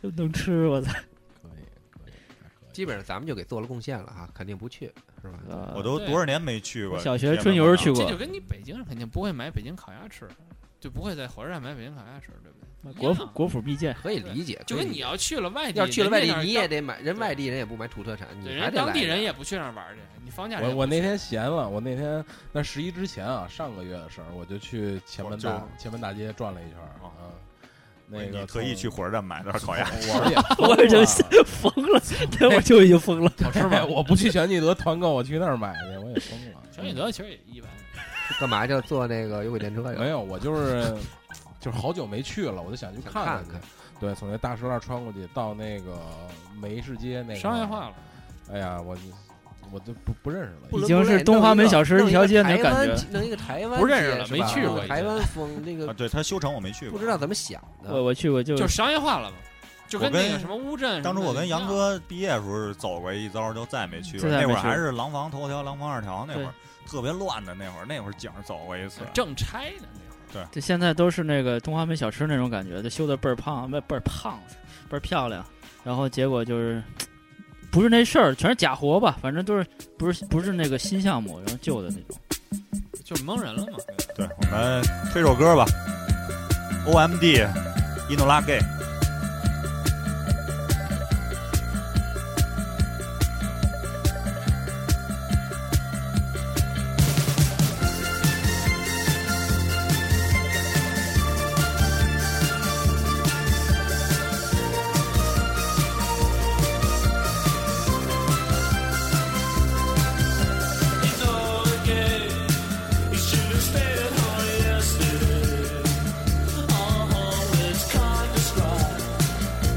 B: 能吃，我操！
C: 可以可以可以
E: 基本上咱们就给做了贡献了哈，肯定不去是吧？
B: 啊
A: 我都
F: 对
A: 多少年没去过。
B: 小学春游时去
F: 这
B: 过
F: 就，跟你北京人肯定不会买北京烤鸭吃，就不会在火车站买北京烤鸭吃，对不对？
B: 国
F: 一
B: 府
F: 样
B: 国府必见。
E: 可以理解，
F: 就
E: 可以
F: 跟你
E: 理解
F: 要去了外地，
E: 要去了外地
F: 人家那，儿
E: 你
F: 当
E: 也得买，人外地人也不买土特产，你
F: 对，
E: 还
F: 人
E: 得
F: 家当地
E: 来
F: 人
E: 一
F: 也不去那儿玩儿去，你放假
C: 我
F: 人
C: 我
F: 也
C: 那
F: 不去
C: 天闲了，我那天那十一之前啊，上个月的事儿，我就去前门大
A: 我
C: 前门大街转了一圈儿啊
A: 哦。
C: 那
A: 你
C: 个
A: 特意去火车站买袋儿烤鸭，
C: 从， 我也
B: 我已经疯 了，对，我就已经 疯了。
C: 好吃吗？我不去全聚德团购，我去那儿买去，我也疯了。
F: 全聚德其实也一般，
E: 干嘛就坐那个有轨电车
C: 没
E: 呀？
C: 有，我就是就是好久没去了，我就想去
E: 想
C: 看
E: 看
C: 去
E: 看。
C: 对，从那大石栏穿过去到那个梅市街那个
F: 商业化了。
C: 哎呀，我就我都不不认识了。
B: 已经是东华门小吃一条街那感觉
E: 弄一个台湾
F: 不认识
E: 街
F: 了
E: 是
F: 没
E: 吧
F: 去过已
E: 台
F: 经
E: 湾风那
A: 啊，
E: 个
A: 对他修成我没去过，
E: 不知道怎么想
B: 我
E: 的。
B: 我去过，就
F: 就是商业化了嘛，就跟
A: 我跟
F: 那个什么乌镇什么的一样。
A: 当初我跟杨哥毕业的时候走过一遭，就再也没去过。
B: 再也
A: 那
B: 没
A: 会儿
B: 去过
A: 还是廊坊头条、廊坊二条那会
B: 对
A: 儿，特别乱的那会儿，那会儿景儿走过一次。
F: 正拆呢那会儿，
B: 这现在都是那个东华门小吃那种感觉，就修的倍儿胖，倍倍儿胖，倍儿漂亮。然后结果就是不是那事儿，全是假活吧，反正都是不是不是那个新项目，然后旧的那种。
F: 就蒙人了嘛。
A: 对，我们推首歌吧，OMD，伊诺拉 gay。
G: Yesterday, oh, it's kind of strong.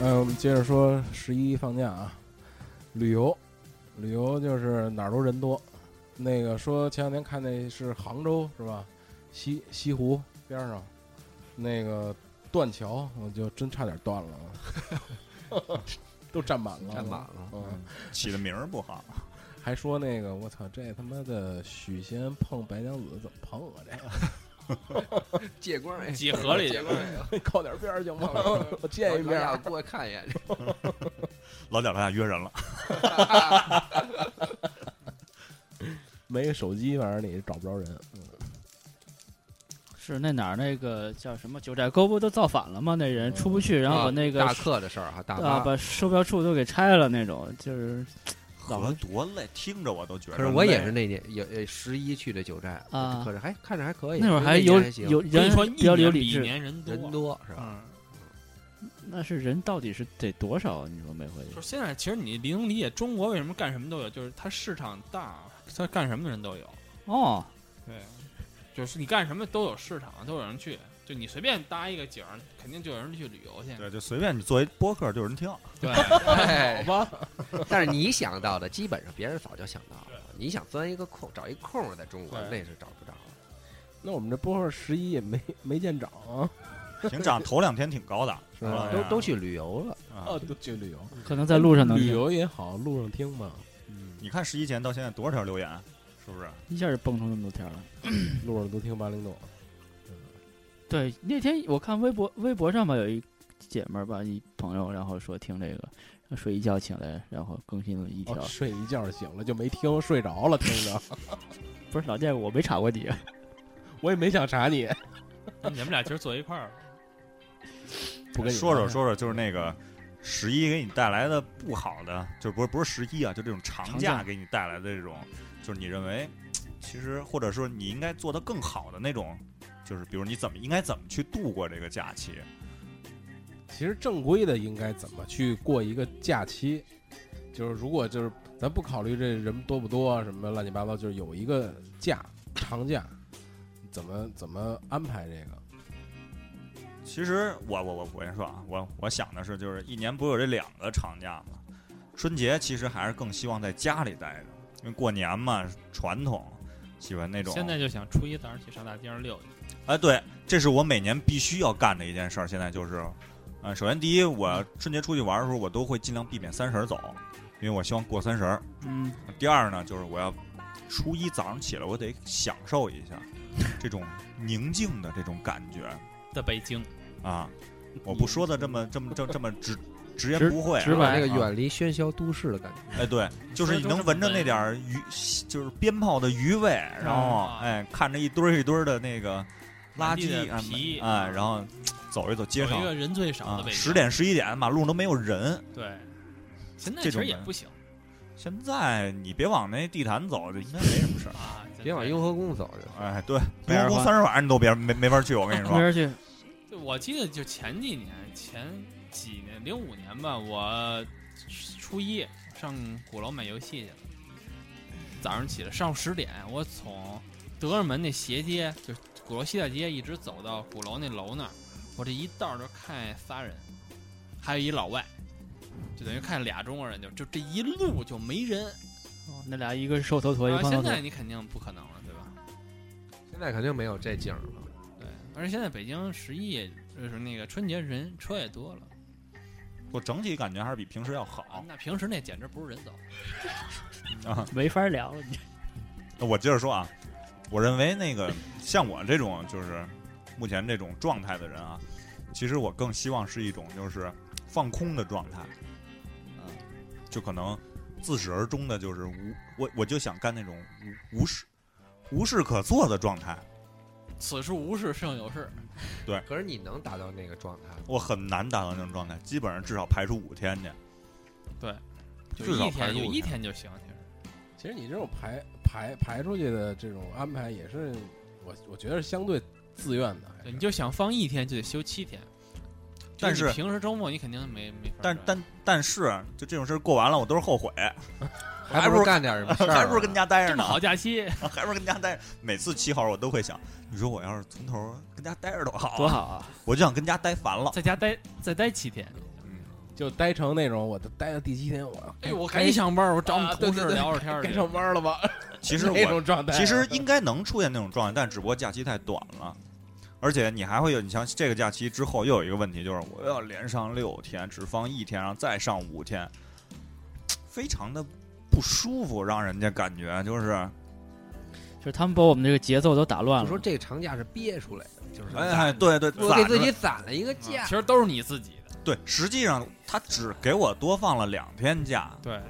C: 呃接着说十一放假啊，旅游，旅游就是哪儿都人多。那个说前两天看那是杭州是吧？西西湖边上那个断桥，我就真差点断了啊， 都站满了，
E: 占满。了。
C: 嗯，
A: 起的名儿不好，
C: 还说那个我操，这他妈的许仙碰白娘子怎么碰啊？
E: 借光 哎，
F: 几何里
E: 借光哎，
C: 这靠点边儿行吗？ 我见
E: 见
C: 一
E: 一
C: 面
E: 面
C: 儿。
E: 过来看一眼。
A: 老脚他俩约人了，
C: 没手机，反正你找不着人。
B: 是那哪儿那个叫什么九寨沟不都造反了吗？那人出不去，然后把那个
E: 啊大课的事儿哈，大
B: 啊
E: 妈。
B: 把售票处都给拆了那种，就是老
A: 合多累，听着我都觉得
E: 可
A: 累。
E: 是我也是那年也十一去的九寨
B: 啊
E: 可是还看着还可以。
B: 那会儿还
E: 年
B: 有
E: 行
B: 有
F: 跟
B: 人
F: 你说，
B: 比较有
F: 年
B: 理
F: 比
B: 智，
F: 年人多，
E: 人多是吧？
F: 嗯，
B: 那是人到底是得多少啊？你说每回
F: 就是现在，其实你能理解中国为什么干什么都有，就是它市场大，它干什么的人都有。
B: 哦，
F: 对，就是你干什么都有市场，都有人去。就你随便搭一个景儿，肯定就有人去旅游去。
A: 对，就随便你作为播客就有人听，
F: 对，
E: 哎，
F: 好吧，
E: 但是你想到的，基本上别人早就想到了。你想钻一个空，找一空儿在中国，
F: 对
E: 那是找不着了。
C: 那我们这播客十一也没没见长啊，
A: 挺涨，头两天挺高的，
C: 是吧？
E: 都都去旅游了，
A: 啊，
C: 哦都去旅游，
B: 可能在路上能
C: 旅游也好，路上听 吧，
A: 你看十一前到现在多少条留言，啊是不是？
B: 一下就蹦出那么多条了。
C: 路上都听八零九。
B: 对，那天我看微博，微博上吧有一姐们儿吧，一朋友，然后说听这个，睡一觉醒来，然后更新了一条，
C: 哦，睡一觉醒了就没听，睡着了听着，
B: 不是老见我没查过你，啊
C: 我也没想查你，
F: 你们俩今儿坐一块儿，
C: 不跟你
A: 说说说说，就是那个十一给你带来的不好的，就不是不是十一啊，就这种长
B: 长
A: 假
B: 假
A: 给你带来的这种，就是你认为其实或者说你应该做得更好的那种，就是比如你怎么应该怎么去度过这个假期，
C: 其实正规的应该怎么去过一个假期，就是如果就是咱不考虑这人多不多啊什么乱七八糟，就是有一个假长假，怎么怎么安排这个？
A: 其实我我我我跟你说啊，我我想的是，就是一年不是有这两个长假吗？春节其实还是更希望在家里待着，因为过年嘛，传统喜欢那种。
F: 现在就想初一早上起上大街上溜去。
A: 哎，对，这是我每年必须要干的一件事儿。现在就是，呃，首先第一，我春节出去玩的时候，我都会尽量避免三十儿走，因为我希望过三十儿。
B: 嗯，
A: 第二呢，就是我要初一早上起来，我得享受一下这种宁静的这种感觉
F: 在北京，
A: 啊！我不说的这么这么这么这么直直言
B: 直
A: 不讳、啊，
B: 直白
E: 那个
A: 啊
E: 远离喧嚣都市的感觉。
A: 哎，对，就是你能闻着那点儿余，就是鞭炮的余味，然后
F: 啊
A: 哎，看着一堆儿一堆儿的那个垃
F: 满地
A: 圾
F: 的皮
A: 哎，哎然后走一走街
F: 有
A: 上
F: 一个人最少
A: 啊
F: 的，北京。
A: 十点十一点马路上都没有人。
F: 对，现在
A: 这
F: 其
A: 种
F: 实也
A: 人
F: 不行
A: 现在你别往那地坛走，就应该没什么事儿。
F: 啊，
E: 别往雍和宫走就
A: 哎，对，
B: 没
A: 雍
B: 人
A: 和宫
B: 管
A: 三十晚上你都别没没法去，我跟你
B: 没
A: 说，
B: 人去，
F: 就我记得就前几年，前几年零五年吧，我初一上鼓楼买游戏去了。早上起来上午十点，我从德胜门那斜街，就鼓楼西大街，一直走到鼓楼那楼那儿。我这一道儿就看见仨人，还有一老外，就等于看俩中国人就，就这一路就没人。
B: 哦那俩一个是瘦头陀，一
F: 啊
B: 个，胖头
F: 现
B: 陀
F: 在，你肯定不可能了，对吧？
E: 现在肯定没有这景儿了。
F: 对，而且现在北京十一也就是那个春节人车也多了。
A: 我整体感觉还是比平时要好
F: 啊，。那平时那简直不是人走。
B: 没法聊了。你
A: 那我接着说啊，我认为那个像我这种就是目前这种状态的人啊，其实我更希望是一种就是放空的状态，嗯，就可能自始而终的，就是无我我就想干那种无无事无事可做的状态，
F: 此处无事胜有事，
E: 可是你能达到那个状态吗？
A: 我很难达到那种状态，基本上至少排除五天去，
F: 就
A: 至少
F: 一
A: 排
F: 天
A: 除
F: 有
A: 五
F: 一天就行。其实
C: 其实你这种排排排出去的这种安排也是，我我觉得是相对自愿的，还
F: 对，
C: 是
F: 你就想放一天就得休七天。
A: 但
F: 就是你平时周末你肯定没没法干。
A: 但但但是啊就这种事儿过完了，我都是后 悔，
E: 还不如干点什么事儿呢，啊
A: 还不如跟家待着
F: 正
A: 呢。
F: 好假期，
A: 还不是跟家待着。每次七号我都会想，你说我要是从头跟家待着多好、啊，
B: 多好啊！
A: 我就想跟家待烦了。
F: 在家待再待七天，
A: 嗯，
C: 就待成那种，我待到第七天，我
F: 哎，我
C: 该
F: 赶紧上班，我找我
C: 啊
F: 们
C: 对
F: 同
C: 对
F: 事
C: 对
F: 聊会儿天儿
C: 该
F: 去。啊
C: 上班了吧？
A: 其实
C: 那
A: 我
C: 种状态，啊
A: 其实应该能出现那种状态，但只不过假期太短了。而且你还会有，你像这个假期之后又有一个问题，就是我要连上六天，只放一天，然后再上五天，非常的不舒服，让人家感觉就是，
B: 就是他们把我们这个节奏都打乱
E: 就
B: 了。
E: 说这个长假是憋出来的，就是
A: 哎，哎对对，
E: 我给
A: 攒
E: 自己
A: 着
E: 攒了一个假
F: 其。实都是你自己的，
A: 对，实际上他只给我多放了两天假，
F: 对，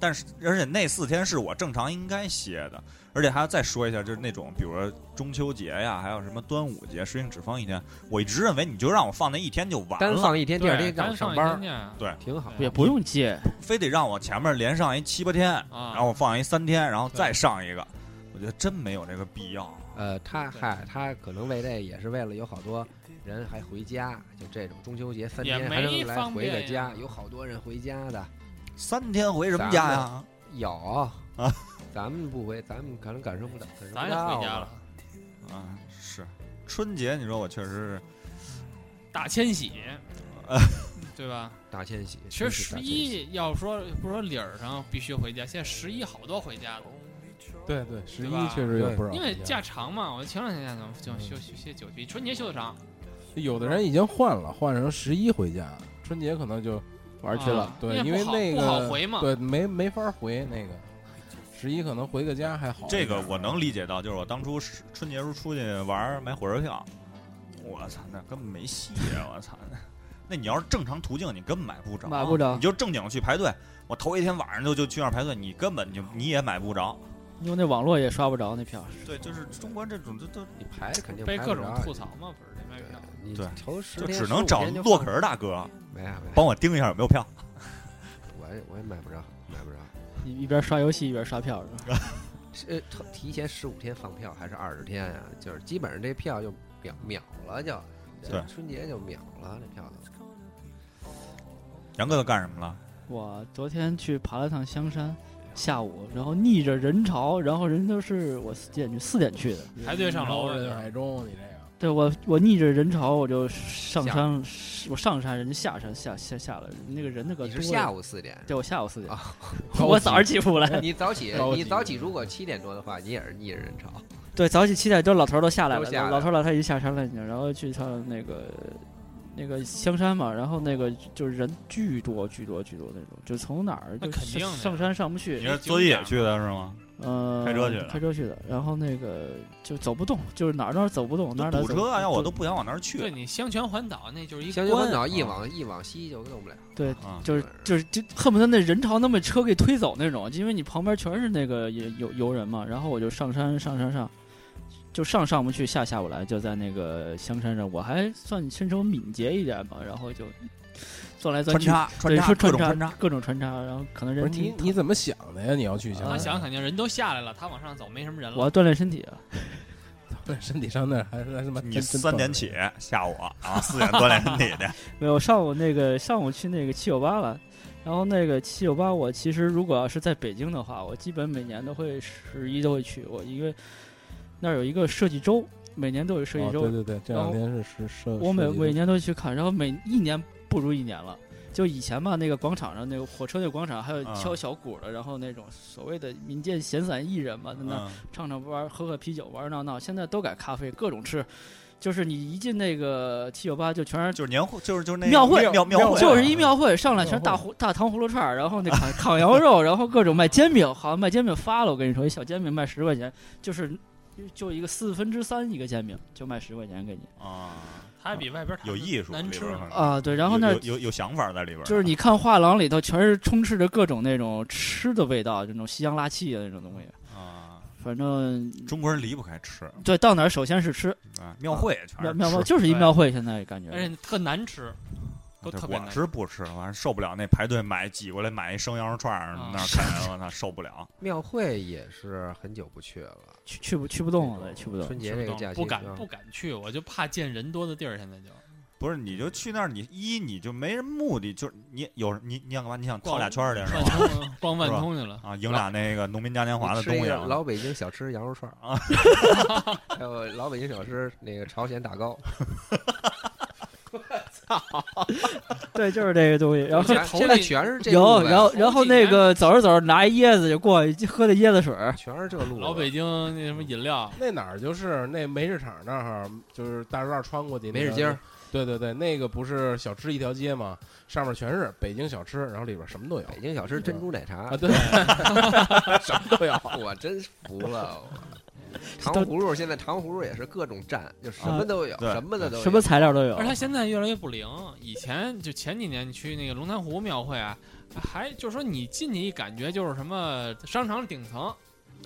A: 但是而且那四天是我正常应该歇的，而且还要再说一下，就是那种比如说中秋节呀，还有什么端午节，实际上只放一天。我一直认为你就让我放那一天就完
E: 单
A: 了，
E: 放一天，第
F: 对
E: 二天让我
F: 单
E: 上
F: 上
E: 班，
F: 一天假
E: 挺好。
B: 也不用借，
A: 非得让我前面连上一七八天，
F: 啊
A: 然后我放一三天，然后再上一个，我觉得真没有这个必要。啊
E: 呃，他
F: 对
E: 嗨，他可能为这也是为了有好多人还回家，就这种中秋节三
F: 也
E: 天还
F: 没
E: 能来
F: 方
E: 回个
F: 便呀
E: 家，有好多人回家的。
A: 三天回什么家呀？
E: 有
A: 啊，
E: 咱们不回，咱们可能感受不到，感受
F: 咱也
E: 不到
F: 回家
E: 啊
F: 了。，
A: 啊，是春节，你说我确实是
F: 大迁徙，对吧？
E: 大迁徙，
F: 其
E: 真
F: 实
E: 是大
F: 十
E: 迁徙
F: 一要说不说理儿上必须回家，现在十一好多回家的，
C: 对对，十
F: 对
C: 一
F: 吧
C: 确实有不少，
F: 因为假长嘛。我前两天就休休休九天，春节休的长，
C: 有的人已经换了，换成十一回家，春节可能就玩
F: 去
B: 啊
F: 了
C: 对，
F: 啊因
C: 因
F: 为
C: 为
F: 不好
C: 那个
F: 不好回嘛
C: 对，没没法回那个。十一可能回个家还好一
A: 这
C: 点，
A: 个我能理解到，就是我当初是春节时候出去玩儿买火车票，我操，那根本没戏啊！我操， 那你要是正常途径，你根本买不着，啊
B: 买不着
A: 你就正经去排队。我头一天晚上就就去那儿排队，你根本就你也买不着。
B: 因为那网络也刷不着那票。
A: 对，就是中国这种，这都
E: 你排肯定
F: 被
E: 排
F: 各
E: 不
F: 种
E: 着啊
F: 吐槽嘛，不是这卖
E: 对
F: 票。
E: 啊你
A: 对
E: 头十
A: 就
E: 天
A: 只能找
E: 15天就
A: 洛
E: 放
A: 克人大哥
E: 没有没有，
A: 帮我盯一下有没有票。
E: 我也我也买不着，买不着。
B: 一一边刷游戏一边刷票是吧？
E: 是呃，头提前十五天放票还是二十天呀、就是基本上这票就秒秒了就，就
A: 对
E: 春节就秒了这票都。
A: 杨哥都干什么了？
B: 我昨天去爬了趟香山，下午，然后逆着人潮，然后人都是我四点去四点去的，
F: 排队上楼了
C: 人
F: 就
C: 海中，你这个
B: 对我我逆着人潮我就上
E: 下
B: 山，我上山人家下山下下下了，那个人那个
E: 你是
B: 多
E: 下
B: 呀
E: 午四点，
B: 对我下午四点
E: 啊，
C: 哦
B: 我早上起不 来，
E: 你早起
C: 高，级
E: 你早起如果七点多的话，你也是逆着人潮。
B: 对，早起七点多，老头儿都下来
E: 都
B: 了，
E: 下来
B: 老头儿老太已经下山了，已经，然后去趟那个那个香山嘛，然后那个就是人巨多巨多巨多那种，就从哪儿
F: 那
B: 就
F: 肯
B: 上
F: 定的
B: 上山上不
A: 你
B: 去，
A: 是坐地
F: 啊
A: 铁去的是吗？
B: 呃，
A: 开车去的
B: 开车去的，然后那个就走不动，就是哪儿哪儿走不动，哪儿哪儿
A: 堵
B: 走不
A: 车啊！要我
B: 就
A: 都不想往那儿
F: 对
A: 去。
F: 你香泉环岛那就是一
E: 香
F: 关
E: 关岛
A: 啊
E: 一往一往西就动不了。
B: 对
A: 啊，
B: 就是就是就恨不得那人潮能把车给推走那种，因为你旁边全是那个游游游人嘛。然后我就上山上上上，就上上不去，下下不来，就在那个香山上，我还算身手敏捷一点吧，然后就钻来钻
A: 穿
B: 去，
A: 插穿
B: 对，
A: 插
B: 说
A: 各
B: 穿
A: 种
B: 插
A: 穿插，
B: 各种穿插，然后可能
C: 不是
B: 人
C: 你
B: 挺
C: 你怎么想的呀？你要去香
F: 他
C: 港，
F: 啊想肯定人都下来了，他往上走没什么人
B: 我要
F: 了。
B: 锻炼身体啊，
C: 身体上那儿还是还他妈
A: 你
C: 真真
A: 三点
C: 棒哦
A: 起 下午啊，四点锻炼身体去。
B: 没有，上午那个上午去那个七九八了，然后那个七九八，我其实如果要是在北京的话，我基本每年都会十一都会去，我因为那儿有一个设计周，每年都有设计
C: 哦
B: 周，
C: 对对对，这
B: 然
C: 两
B: 后
C: 天是十十，
B: 我每
C: 十几
B: 每
C: 度
B: 年都去看，然后每一年不如一年了。就以前吧，那个广场上那个火车那广场，还有
A: 啊
B: 敲小鼓的，然后那种所谓的民间闲散艺人嘛，在 那
C: 啊
A: 嗯，
B: 唱唱玩儿，喝喝啤酒，玩儿闹闹。现在都改咖啡，各种吃，就是你一进那个七九八，就全是
A: 就是年会，就是就是那
B: 庙会
A: 庙庙会啊，
B: 就是一庙会，上来全
C: 庙
B: 是
C: 会
B: 大胡大糖葫芦串儿，然后那烤烤羊肉，然后各种卖煎饼，好像卖煎饼发了，我跟你说，一小煎饼卖十块钱，就是就一个四分之三一个煎饼就卖十块钱给你
A: 啊。
F: 他比外边
A: 有艺术
F: 难
A: 里
F: 吃
A: 边儿可能
B: 啊，对，然后
A: 有
B: 那
A: 有有有想法在里边儿，
B: 就是你看画廊里头全是充斥着各种那种吃的味道，就那种西洋辣气的那种东西，
A: 啊，
B: 反正
A: 中国人离不开吃
B: 对，到哪儿首先是吃，
A: 啊，庙会全
B: 庙
A: 是
B: 庙会
A: 吃。
B: 就是一
F: 对
B: 庙会，现在感觉，
F: 而且特难吃，都
A: 对
F: 特别
A: 我
F: 难吃。
A: 是不啊吃，完受不了那排队买挤过来买一生羊肉串儿
F: 啊
A: 那儿啃，我操受不了。
E: 庙会也是很久不去了，
B: 去去不去不动了，去不动。
E: 春节
F: 吃
E: 这
F: 不
E: 个
F: 动
E: 假期
F: 不敢
E: 啊
F: 不敢去，我就怕见人多的地儿。现在就
A: 不是，你就去那儿，你一你就没什么目的，就是你有你你想干嘛？你想
F: 逛
A: 跳俩圈儿去是
F: 万
A: 吧？
F: 通逛万通去了，
A: 啊，赢俩那个农民嘉年华的
E: 吃
A: 东
E: 一
A: 西
E: 个
A: 啊，
E: 老北京小吃羊肉串
A: 啊
E: 啊，还有老北京小吃那个朝鲜大糕。
B: 对，就是这个东西。然后
F: 这
E: 全
F: 头
E: 现在
F: 里
E: 全是这
B: 有，
E: 路呗
B: 然后然后那个走着走着拿一椰子就过去喝的椰子水儿，
E: 全是这路子。
F: 老北京那什么饮料，
C: 那哪儿就是那煤市场那儿，就是大栅栏穿过去
E: 梅市街儿，，
C: 对对对，那个不是小吃一条街吗？上面全是北京小吃，然后里边什么都有
E: 北京小吃珍珠奶茶
C: 啊，，对， 什么都有。
E: 我真服 了。我糖葫芦现在糖葫芦也是各种蘸，就什么都有，
A: 对
E: 什么的都有。
B: 什么材料都有
E: 嗯
F: 而。且它现在越来越不灵。以前就前几年你去那个龙潭湖庙会啊，还就是说你进去一感觉就是什么商场顶层，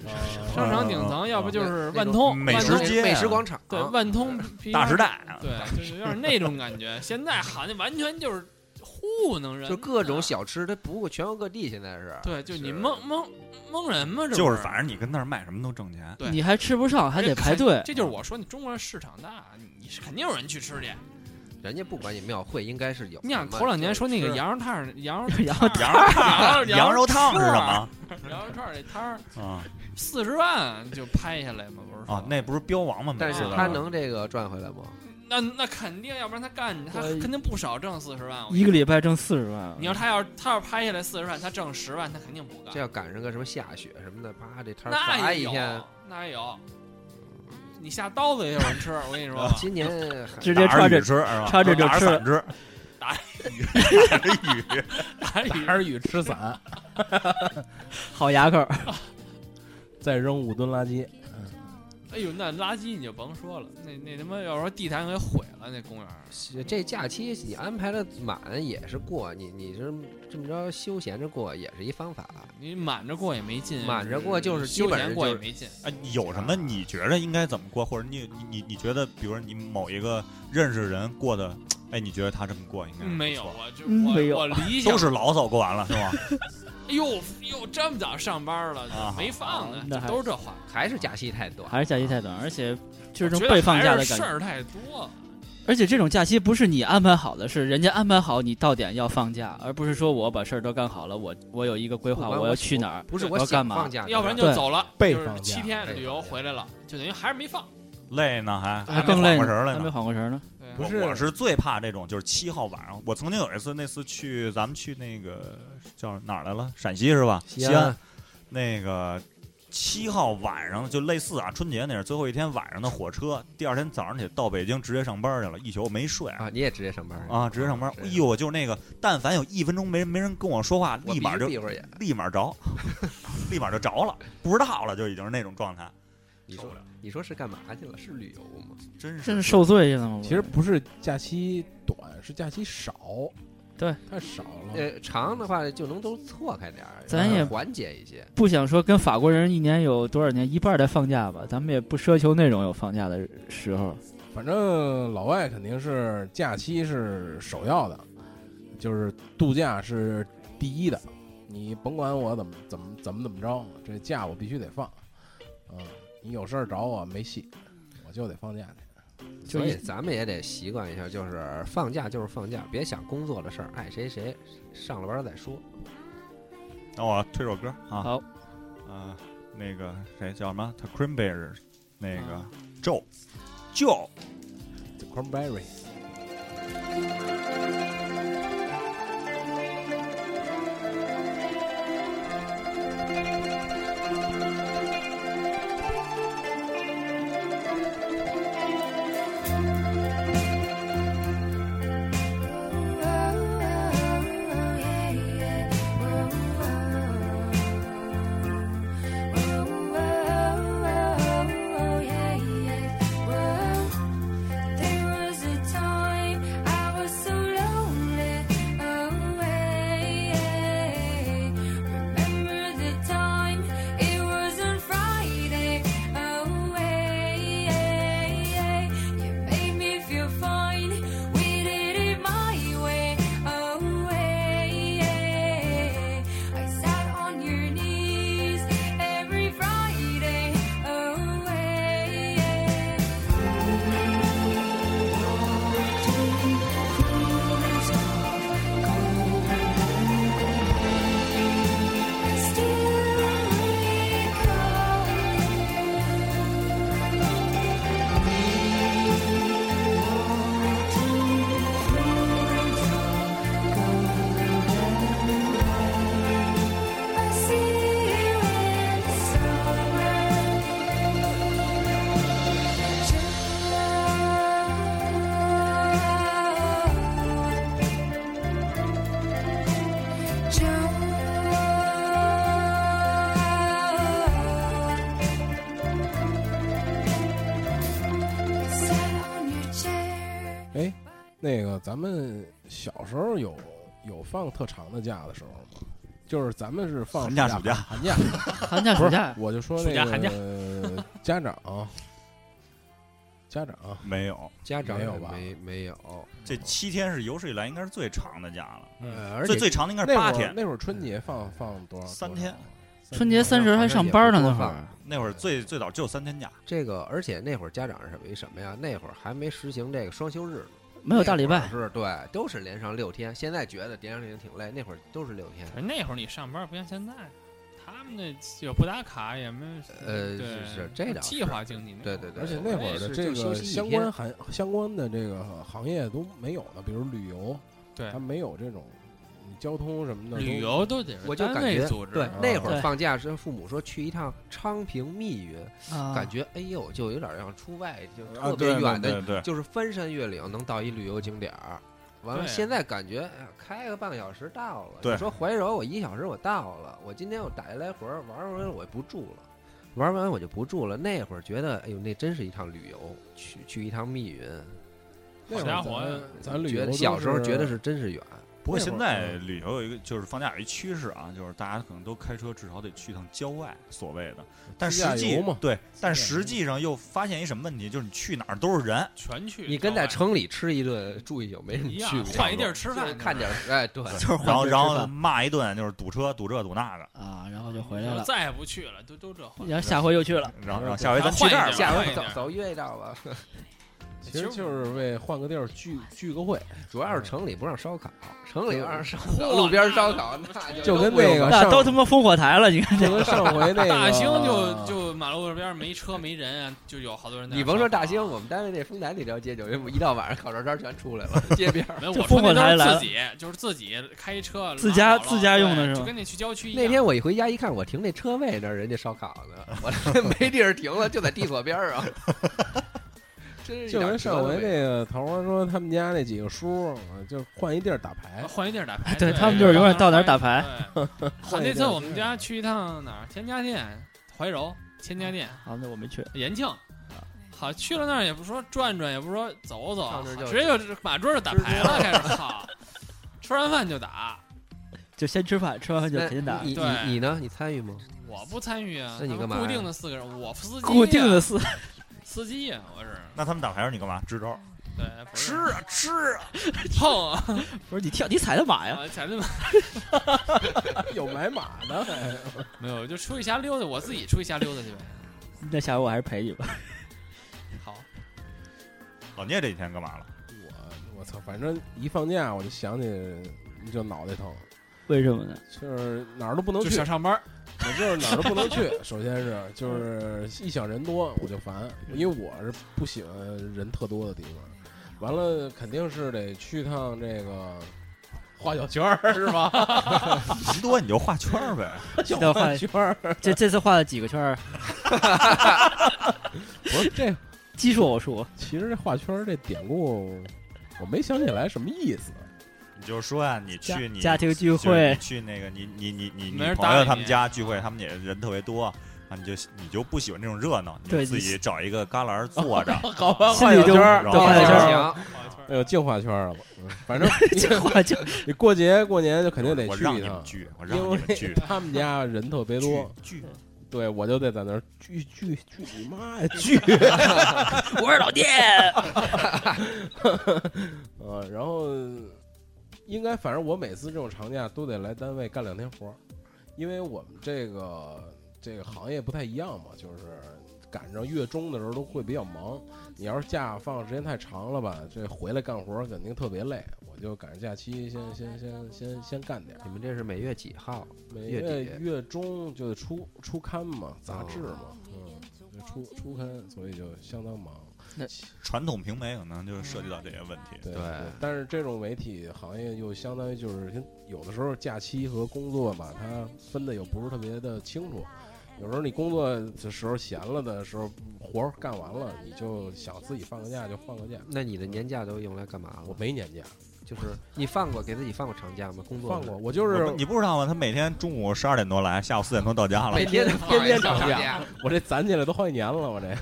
E: 哦
F: 商场顶
E: 嗯
F: 层，要不就是万通
A: 那种美
F: 万通
A: 食街啊
E: 美食广场，
F: 对万通
E: 嗯
A: 大时，代，啊
F: 对，就是有点那种感觉。现在好像完全就是糊弄人，
E: 就各种。小吃，它不过全国各地现在是。
F: 对，就是你蒙蒙蒙人吗？这
A: 就
F: 不
A: 是反正你跟那儿卖什么都挣钱。
F: 对
B: 你还吃不上，还
F: 这
B: 得排
F: 肯
B: 队。
F: 这就是我说，你中国人市场大，你是肯定有人去吃去。
E: 人家不管你庙会应该是有什么。
F: 你想头两年说那个
E: 就是
F: 羊肉串、羊肉
B: 羊
F: 肉
A: 羊肉
F: 串、
A: 烫，羊
F: 羊
A: 肉烫是什么？
F: 羊肉串这摊儿
A: 啊
F: 四十万就拍下来嘛，不是说
A: 啊，那不是标王吗？
E: 但是
A: 每次
E: 他
A: 都
E: 能这个赚回来吗？
F: 那那肯定，要不然他干他
B: 对
F: 肯定不少挣四十万。我
B: 一个礼拜挣四十万，
F: 你要他要他要拍下来四十万，他挣十万，他肯定不干
E: 这。要赶上个什么下雪什么的，啪，这摊儿
F: 那
E: 砸
F: 也
E: 一
F: 有
E: 天。，
A: 啊
F: 那也有。你下刀子也有人吃，我跟你 说，
E: 今年还
B: 直接
A: 打
B: 穿
A: 着
B: 着
A: 雨吃是吧？
B: 穿着就
A: 打
B: 吃
A: 伞吃，
F: 打
A: 雨打着雨，
F: 打鱼
C: 打着雨吃伞，
B: 好牙口。
C: 再扔五吨垃圾。
F: 哎呦，那垃圾你就甭说了，那那他妈要说地毯给毁了，那公园儿
E: 这假期你安排的满也是过，你你这这么着休闲着过也是一方法。
F: 你满着过也没劲，
E: 满着过就是基
F: 休
E: 本上
F: 闲过也
E: 就是
F: 没劲。
A: 哎，有什么你觉得应该怎么过，或者你你你你觉得，比如说你某一个认识人过的，哎，你觉得他这么过应该是不错
F: 没有，，我就
B: 嗯没有
F: 我我理想
A: 都是牢骚过完了是吗？
F: 哎呦呦，这么早上班了，
A: 啊
F: 没放呢，
B: 那
F: 就
B: 还
F: 都是这话，
E: 还是假期太短，
B: 还是假期太短，而且就是这
F: 觉
B: 种
F: 得
B: 被放假
F: 还
B: 的
F: 是
B: 感
F: 事
B: 觉。
F: 儿太多了。
B: 而且这种假期不是你安排好的，是人家安排好你到点要放假，而不是说我把事儿都干好了，我我有一个规划，
E: 不管
B: 我
E: 我
B: 要
E: 喜
B: 去哪儿。
E: 不是
B: 我
E: 我
B: 要干
E: 想
B: 嘛
E: 放假，
F: 要不然就
B: 对
F: 走了，
C: 被
F: 就是
C: 放假
F: 七天
E: 啊被
F: 旅游
E: 放假
F: 回来了，就等于还是没放。
A: 累呢还
B: 还更累
A: 没缓过
B: 呢，
A: 神儿来
B: 还没
A: 呢。
B: 缓过神儿呢。
F: 对啊
C: 不
A: 我
C: 是
A: 我是最怕这种，就是七号晚上。我曾经有一次，那次去咱们去那个叫哪儿来了？陕西是吧？西
E: 西安
A: 那个七号晚上就类似啊，春节那是最后一天晚上的火车，第二天早上起到北京直接上班去了，一宿没睡
E: 啊，你也直接上班
A: 啊，直接上班。哎
E: 对
A: 呦，就那个，但凡有一分钟没人没人跟我说话，
E: 我
A: 立马
E: 必须
A: 就
E: 闭会儿眼。
A: 立马着， 立马就着了，不知道了，就已经是那种状态，
E: 你
A: 受
E: 说
A: 不了，
E: 你说是干嘛去了？是旅游吗？
A: 真
B: 真
A: 是
B: 是受罪去了吗？
C: 其实不是假期短，是假期少。
B: 对，
C: 太少了。
E: 呃，长的话就能都错开点儿，
B: 咱
E: 呃
B: 也
E: 缓解一些。
B: 不想说跟法国人一年有多少年一半儿在放假吧，咱们也不奢求那种有放假的时候。
C: 反正老外肯定是假期是首要的，就是度假是第一的。你甭管我怎么怎么怎么怎么着，这假我必须得放。嗯，你有事儿找我没戏，我就得放假去。
E: 所以咱们也得习惯一下，就是放假就是放假，别想工作的事儿，爱谁谁，上了班儿再说。
A: 那我推首歌啊，
B: 好，
A: 啊，那个谁叫什么 t a c r i m b e r 那个
B: 啊
A: Joe Joe。
C: The Cranberry。
G: There was a time I was so low
C: 哎那个咱们小时候有有放特长的假的时候吗？就是咱们是放
A: 寒假暑假
C: 寒假，
B: 寒假
C: 不
B: 暑
C: 是
B: 假，
C: 我就说
F: 暑假寒假
C: 那个家长，家长
A: 没有，
E: 家长
C: 没有
E: 也
C: 吧
E: 没没有，
A: 这七天是有史以来应该是最长的假了，
E: 呃，而且
A: 最最长的应该是
C: 那会
A: 八
C: 儿
A: 天，
C: 那会儿春节放放多少？
A: 三
C: 多少
A: 天，
B: 春节三十还上班呢，那会
E: 好像
B: 儿
E: 也
A: 那会儿最最早只有三天假，
E: 这个，而且那会儿家长是什么一什么呀？那会儿还没实行这个双休日呢，
B: 没有大礼拜
E: 那，会儿是对，都是连上六天。现在觉得连上六天挺累，那会儿都是六天。
B: 哎
F: 可是那会儿你上班不像现在，他们那也不打卡，也没有
E: 呃
F: 对
E: 是是这倒是
F: 计划经济那会儿，
E: 对对对，
C: 而且那会儿
E: 是
C: 的
E: 就
C: 这
E: 休
C: 个
E: 息一
C: 相
E: 天
C: 关行相关的这个行业都没有的，比如旅游，
F: 对
C: 它没有这种嗯交通什么的都。
F: 旅游都得是
E: 我就
F: 单
E: 感
F: 位
E: 觉
F: 组织，
E: 对，那会
B: 啊对
E: 儿放假时，父母说去一趟昌平密云，
B: 啊
E: 感觉哎呦，就有点像出外，就
C: 啊
E: 特别远
A: 对
E: 的，
A: 对对，
E: 就是翻山越岭能到一旅游景点儿。完了，
B: 啊
F: 对
E: 现在感觉哎呀，开个半个小时到了。
A: 对
E: 你说怀柔，我一小时我到了，我今天我打一来回儿，玩完我不住了，玩完我就不住了。那会儿觉得，哎呦，那真是一趟旅游，去去一趟密云，
C: 那
F: 好
C: 会儿
F: 家伙
C: 咱咱旅游
E: 觉得
C: 都
E: 小时候觉得是真是远。
A: 不过
C: 那会
A: 现
C: 儿
A: 在
C: 嗯
A: 旅游有一个就是放假有一趋势啊，就是大家可能都开车至少得去趟郊外，所谓的，但
C: 自
A: 实
C: 驾
A: 际
C: 游嘛
A: 对，但
C: 自驾游
A: 实际上又发现一什么问题，就是你去哪儿都是人，
F: 全去。
E: 你跟在城里吃一顿住一宿没什么
F: 啊一
E: 区
F: 样，
E: 别，
F: 换一地儿吃
E: 就是
F: 饭，
E: 看点儿，哎，对，
B: 就是换
A: 然后
B: 地儿
A: 然
B: 吃
A: 后
B: 饭
A: 骂一顿就是堵车堵这堵那个，
B: 啊，然后就回来
F: 就
B: 了，哎
F: 再也不去了，都都这换。
B: 然后下回又去了，
A: 然后
C: 对
A: 然后下回咱
F: 咱
A: 去
F: 换
A: 这
F: 一
A: 儿
F: 地
A: 吧
F: 儿
E: 下
F: 换
E: 回
F: 一
E: 走
F: 点
E: 走越道吧。
C: 其实就是为换个地儿 聚聚个会，
E: 主要是城里不让烧烤，城里
C: 对
E: 要让烧
F: 嚯
E: 烤，路边烧烤那就
C: 就跟
E: 都不用
C: 那个
B: 那
C: 上
B: 都他妈烽火台了，你看
C: 就
B: 这
C: 跟上回那个
F: 大
C: 啊
F: 兴
E: 哎
F: 就就马路边儿没车没人啊，就有好多人在那
E: 你
F: 儿烧烤啊。
E: 甭说大兴，我们单位那丰台那条街，就一到晚上烤串摊全出来了，街边 儿。
F: 没有，
B: 这
F: 我说
B: 烽火
F: 那
B: 台
F: 都
B: 来
F: 是
B: 了
F: 自己，就是自己开车
B: 自家
F: 拉好了
B: 自家用的
F: 对
B: 是吧
F: 就跟那去郊区一样。
E: 那天我一回家一看，我停那车位那儿人家烧烤呢，我 这没地儿停了，就在 地锁边儿啊。真是
C: 就跟上回
E: 那
C: 那个桃花说他们家那几个叔，就换一地儿打牌，
F: 啊换一地儿打牌，
B: 哎对他们就是永远到哪儿打牌。
F: 对 好，
C: 换一
F: 那
C: 地
F: 次
C: 儿
F: 我们家去一趟哪儿？田家店、怀柔、千家店、
B: 好，那我没去，
F: 延庆。
B: 啊
F: 好，去了那儿也不说转转，也不说走走
E: 上那儿，就
F: 直接就马桌就打牌了， 开始操，吃完饭就打。
B: 就先吃饭，吃完饭就肯定打。
E: 你
F: 对
E: 你你呢？你参与吗？
F: 我不参与啊，
E: 那你
F: 他们
E: 干嘛呀
F: 固定的四个人，我司机啊，
B: 固定的四
F: 司机呀，我是
A: 那他们打牌时候你干嘛？支招？
F: 对不是
A: 吃啊吃啊！
F: 碰 啊，
B: 不是你跳，你踩的马呀？
F: 啊前面
C: 有买马的，
F: 没有，就出去瞎溜达，我自己出去瞎溜达去呗。
B: 那下回我还是陪你 吧。
F: 好，
A: 老聂这几天干嘛了？
C: 我我操，反正一放假我就想起就脑袋疼，
B: 为什么呢？
C: 就是哪儿都不能
F: 就
C: 去
F: 想，上班儿，
C: 我就是哪儿都不能去。 首先是就是一想人多我就烦，因为我是不喜欢人特多的地方。完了肯定是得去趟这个画小圈 儿是吧？
A: 人多你就画圈儿呗，
B: 要画
C: 圈儿
B: 这这次画了几个圈儿？
C: 不 是这，
B: 奇数偶数？
C: 其实这画圈儿这典故我没想起来什么意思。
A: 你就说呀，你
B: 家
A: 去你
B: 家庭聚
A: 就是你
B: 会，
A: 去那个你你你你
F: 没
A: 你
F: 人
A: 朋
F: 搭
A: 友
F: 理
A: 他们
F: 你
A: 家聚会，他们也人特别多啊，你就你就不喜欢这种热闹，你就
B: 对
A: 自
B: 你
A: 己找一个旮旯坐着，
C: 好吧
B: 心里就
A: 儿
B: 就画
A: 画
B: 小圈儿，
E: 行，
C: 哎呦，净画圈儿了吧？嗯 反正
B: 这画就
C: 你过节过年就肯定得
A: 我
C: 去
A: 让
C: 一
A: 你们
C: 趟，
A: 聚，我让
C: 因
A: 你们
C: 为，
A: 聚
C: 他们家人特别多，
A: 聚聚
C: 对我就得在那儿聚聚聚你 妈呀聚！
B: 我是老爹。
C: 呃，然后应该反正我每次这种长假都得来单位干两天活儿，因为我们这个这个行业不太一样嘛，就是赶上月中的时候都会比较忙。你要是假放时间太长了吧，这回来干活儿肯定特别累。我就赶上假期先先先先先干点儿，
E: 你们这是每月几号？
C: 每
E: 月
C: 月
E: 底
C: 月中就得出出刊嘛，杂志嘛，嗯，就出出刊，所以就相当忙。
A: 传统平媒可能就涉及到这些问题。
C: 对
E: 对
C: 但是这种媒体行业又相当于就是跟有的时候假期和工作吧，它分的又不是特别的清楚。有时候你工作的时候闲了的时候，活儿干完了，你就想自己放个假就放个假。
E: 那你的年假都用来干嘛
C: 我
E: 了？
C: 没年假，
E: 就是你放过给自己放过长假吗？工作
C: 放过，我就
A: 我
C: 是
A: 不你不知道吗？他每天中午十二点多来，下午四点多到家了
E: 每。天
C: 天天
E: 放
C: 长
E: 长
C: 假，我这攒起来都好几年了，我这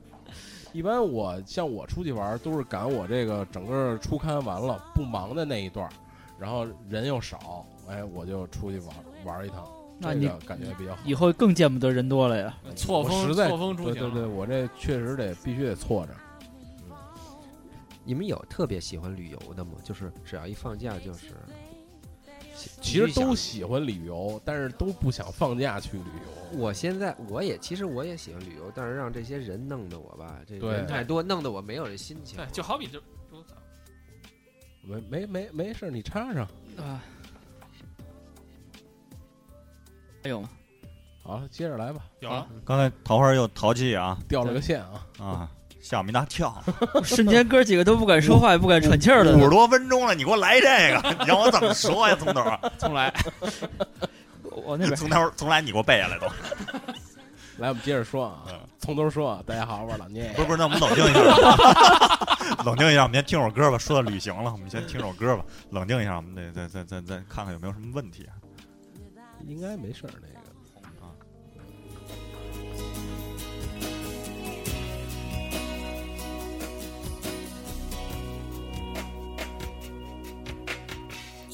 C: 一般我像我出去玩儿都是赶我这个整个出刊完了不忙的那一段儿，然后人又少，哎，我就出去玩儿玩儿一趟。
B: 那
C: 这
B: 你
C: 个感觉比较好。
B: 以后更见不得人多了呀。
F: 错
C: 我
F: 峰
C: 实在
F: 错峰出
C: 对
F: 行
C: 对
F: 了，
C: 对，我这确实得必须得错着。
E: 你们有特别喜欢旅游的吗？就是只要一放假就是，
C: 其实都
E: 想
C: 喜欢旅游，但是都不想放假去旅游。
E: 我现在我也其实我也喜欢旅游，但是让这些人弄得我吧，这
C: 对
E: 人太多，弄得我没有这心情
F: 对，。就好比就
C: 没没没没事儿，你插上。
B: 啊，还有吗？
C: 好了，接着来吧。
F: 有了，
A: 刚才桃花又淘气啊
C: 掉了个线啊，
A: 啊，吓我们一大跳，
B: 瞬间哥几个都不敢说话，也不敢喘气儿
A: 五十
B: 了。
A: 多分钟了，你给我来这 个，你让我怎么说呀，从头儿？啊
F: 重来。
B: 我那边
A: 从头儿从来你给我背下来 都，
C: 来，我们接着说啊
A: 嗯，
C: 从头说啊。大家好，我是老聂
A: 不。是不是，那我们冷静一下， 冷静一下，我们先听首歌吧。说到旅行了，我们先听首歌吧，冷静一下，我们得再再再再看看有没有什么问题啊。
C: 应该没事儿，那个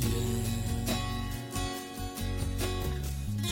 D: 远。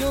D: 又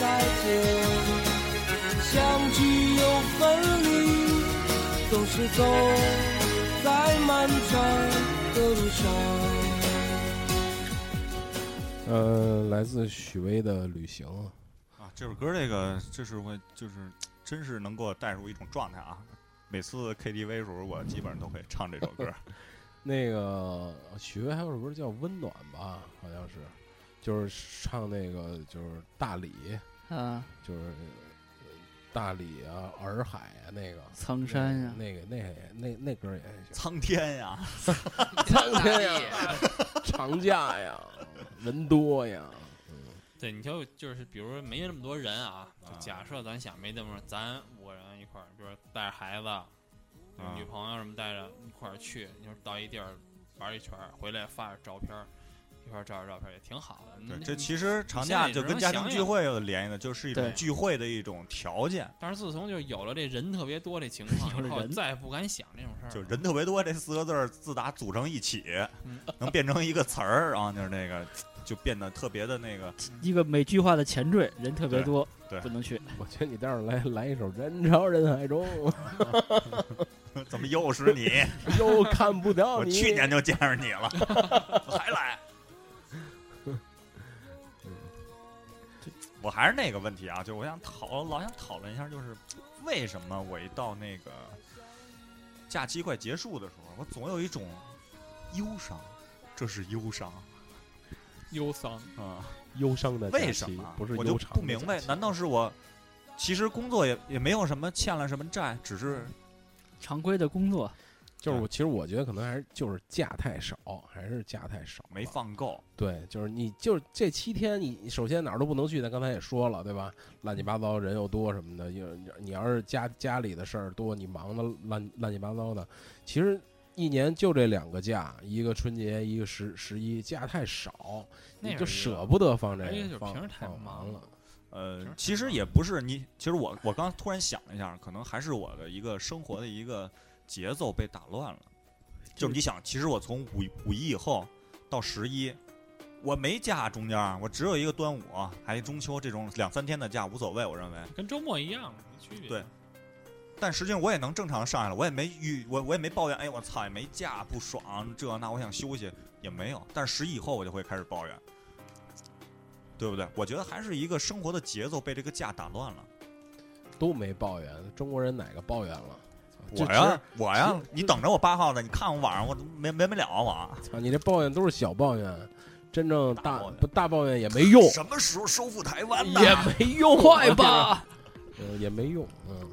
D: 再见，相聚又分离，总是走在漫长的路上。
C: 呃，来自许巍的《旅行》啊，
A: 啊，这首歌这个，这是我就是真是能给我带入一种状态啊！每次 KTV 时候，我基本上都会唱这首歌。
C: 那个许巍还有首歌叫《温暖》吧，好像是，就是唱那个就是大理，
B: 啊，
C: 就是呃大理啊、洱海啊那个。
B: 苍山啊呀、
C: 那个那个那那那歌也 行，
A: 苍天呀，
C: 苍天呀，长假呀，人多呀，
F: 对，你就就是比如说没那么多人啊，就
A: 啊
F: 假设咱想没那么多人，咱五个人一块儿，比如说带着孩子、
A: 啊
F: 女朋友什么带着一块儿去，你说到一地儿玩一圈儿，回来发着照片儿，一块儿照着照片儿也挺好的。
A: 对，
F: 那
A: 这其实长假就跟家庭聚会有联系的，就是一种
B: 对
A: 聚会的一种条件。
F: 但是自从就有了这人特别多这情 况
B: 有了
F: 以后，
B: 人
F: 再也不敢想这种事儿了。
A: 就人特别多这四个字儿，自打组成一起
F: 嗯，
A: 能变成一个词儿，然后就是那个就变得特别的那个。
B: 一个每句话的前缀，人特别
A: 对
B: 多，
A: 对
B: 不能去。
C: 我觉得你待会儿来来一首《人潮人海 中》，
A: 怎么又是你？
C: 又看不到
A: 我
C: 你。
A: 去年就见着你了，还来。我还是那个问题啊，就我想讨老想讨论一下，就是为什么我一到那个假期快结束的时候，我总有一种忧伤，这是忧伤
F: 忧伤，
A: 啊。
C: 忧伤的假期
A: 为什么？
C: 不是
A: 我
C: 悠
A: 就
C: 长的
A: 不明白
C: 假，期
A: 难道是我其实工作也也没有什么欠了什么债，只是
B: 常规的工作，
F: 啊
C: 就是我其实我觉得可能还是就是假太少，还是假太少了，
A: 没放够？
C: 对，就是你就是这七天你，你首先哪儿都不能去，咱刚才也说了，对吧？乱七八糟人又多什么的，又你要是家家里的事儿多，你忙的乱乱七八糟的，其实一年就这两个假，一个春节，一个十十一，假太少，
F: 那是
C: 你就
F: 一个
C: 舍不得放这
F: 还有一个就是
C: 个，放
F: 平时太
C: 放
F: 忙
C: 忙了
F: 了，
A: 呃
F: 挺，
A: 其实也不是你，其实我我刚突然想了一下，可能还是我的一个生活的一个节奏被打乱了。就是你想，其实我从五五一以后到十一，我没假中间儿，我只有一个端午还有中秋这种两三天的假无所谓，我认为。
F: 跟周末一样，没区别。
A: 对但实际上我也能正常上来了，我也没遇我我也没抱怨，哎我操也没假不爽这那，我想休息也没有。但是十一以后我就会开始抱怨，对不对？我觉得还是一个生活的节奏被这个假打乱了。
C: 都没抱怨，中国人哪个抱怨了？
A: 我
C: 这
A: 呀我呀，你等着我八号呢，你看我晚上我没没没了啊我。
C: 操，你这抱怨都是小抱怨，真正
A: 大
C: 大
A: 抱怨
C: 不大抱怨也没用，
A: 什么时候收复台湾呢？
C: 也 没用，
B: 快！吧，
C: 嗯，也没用，嗯，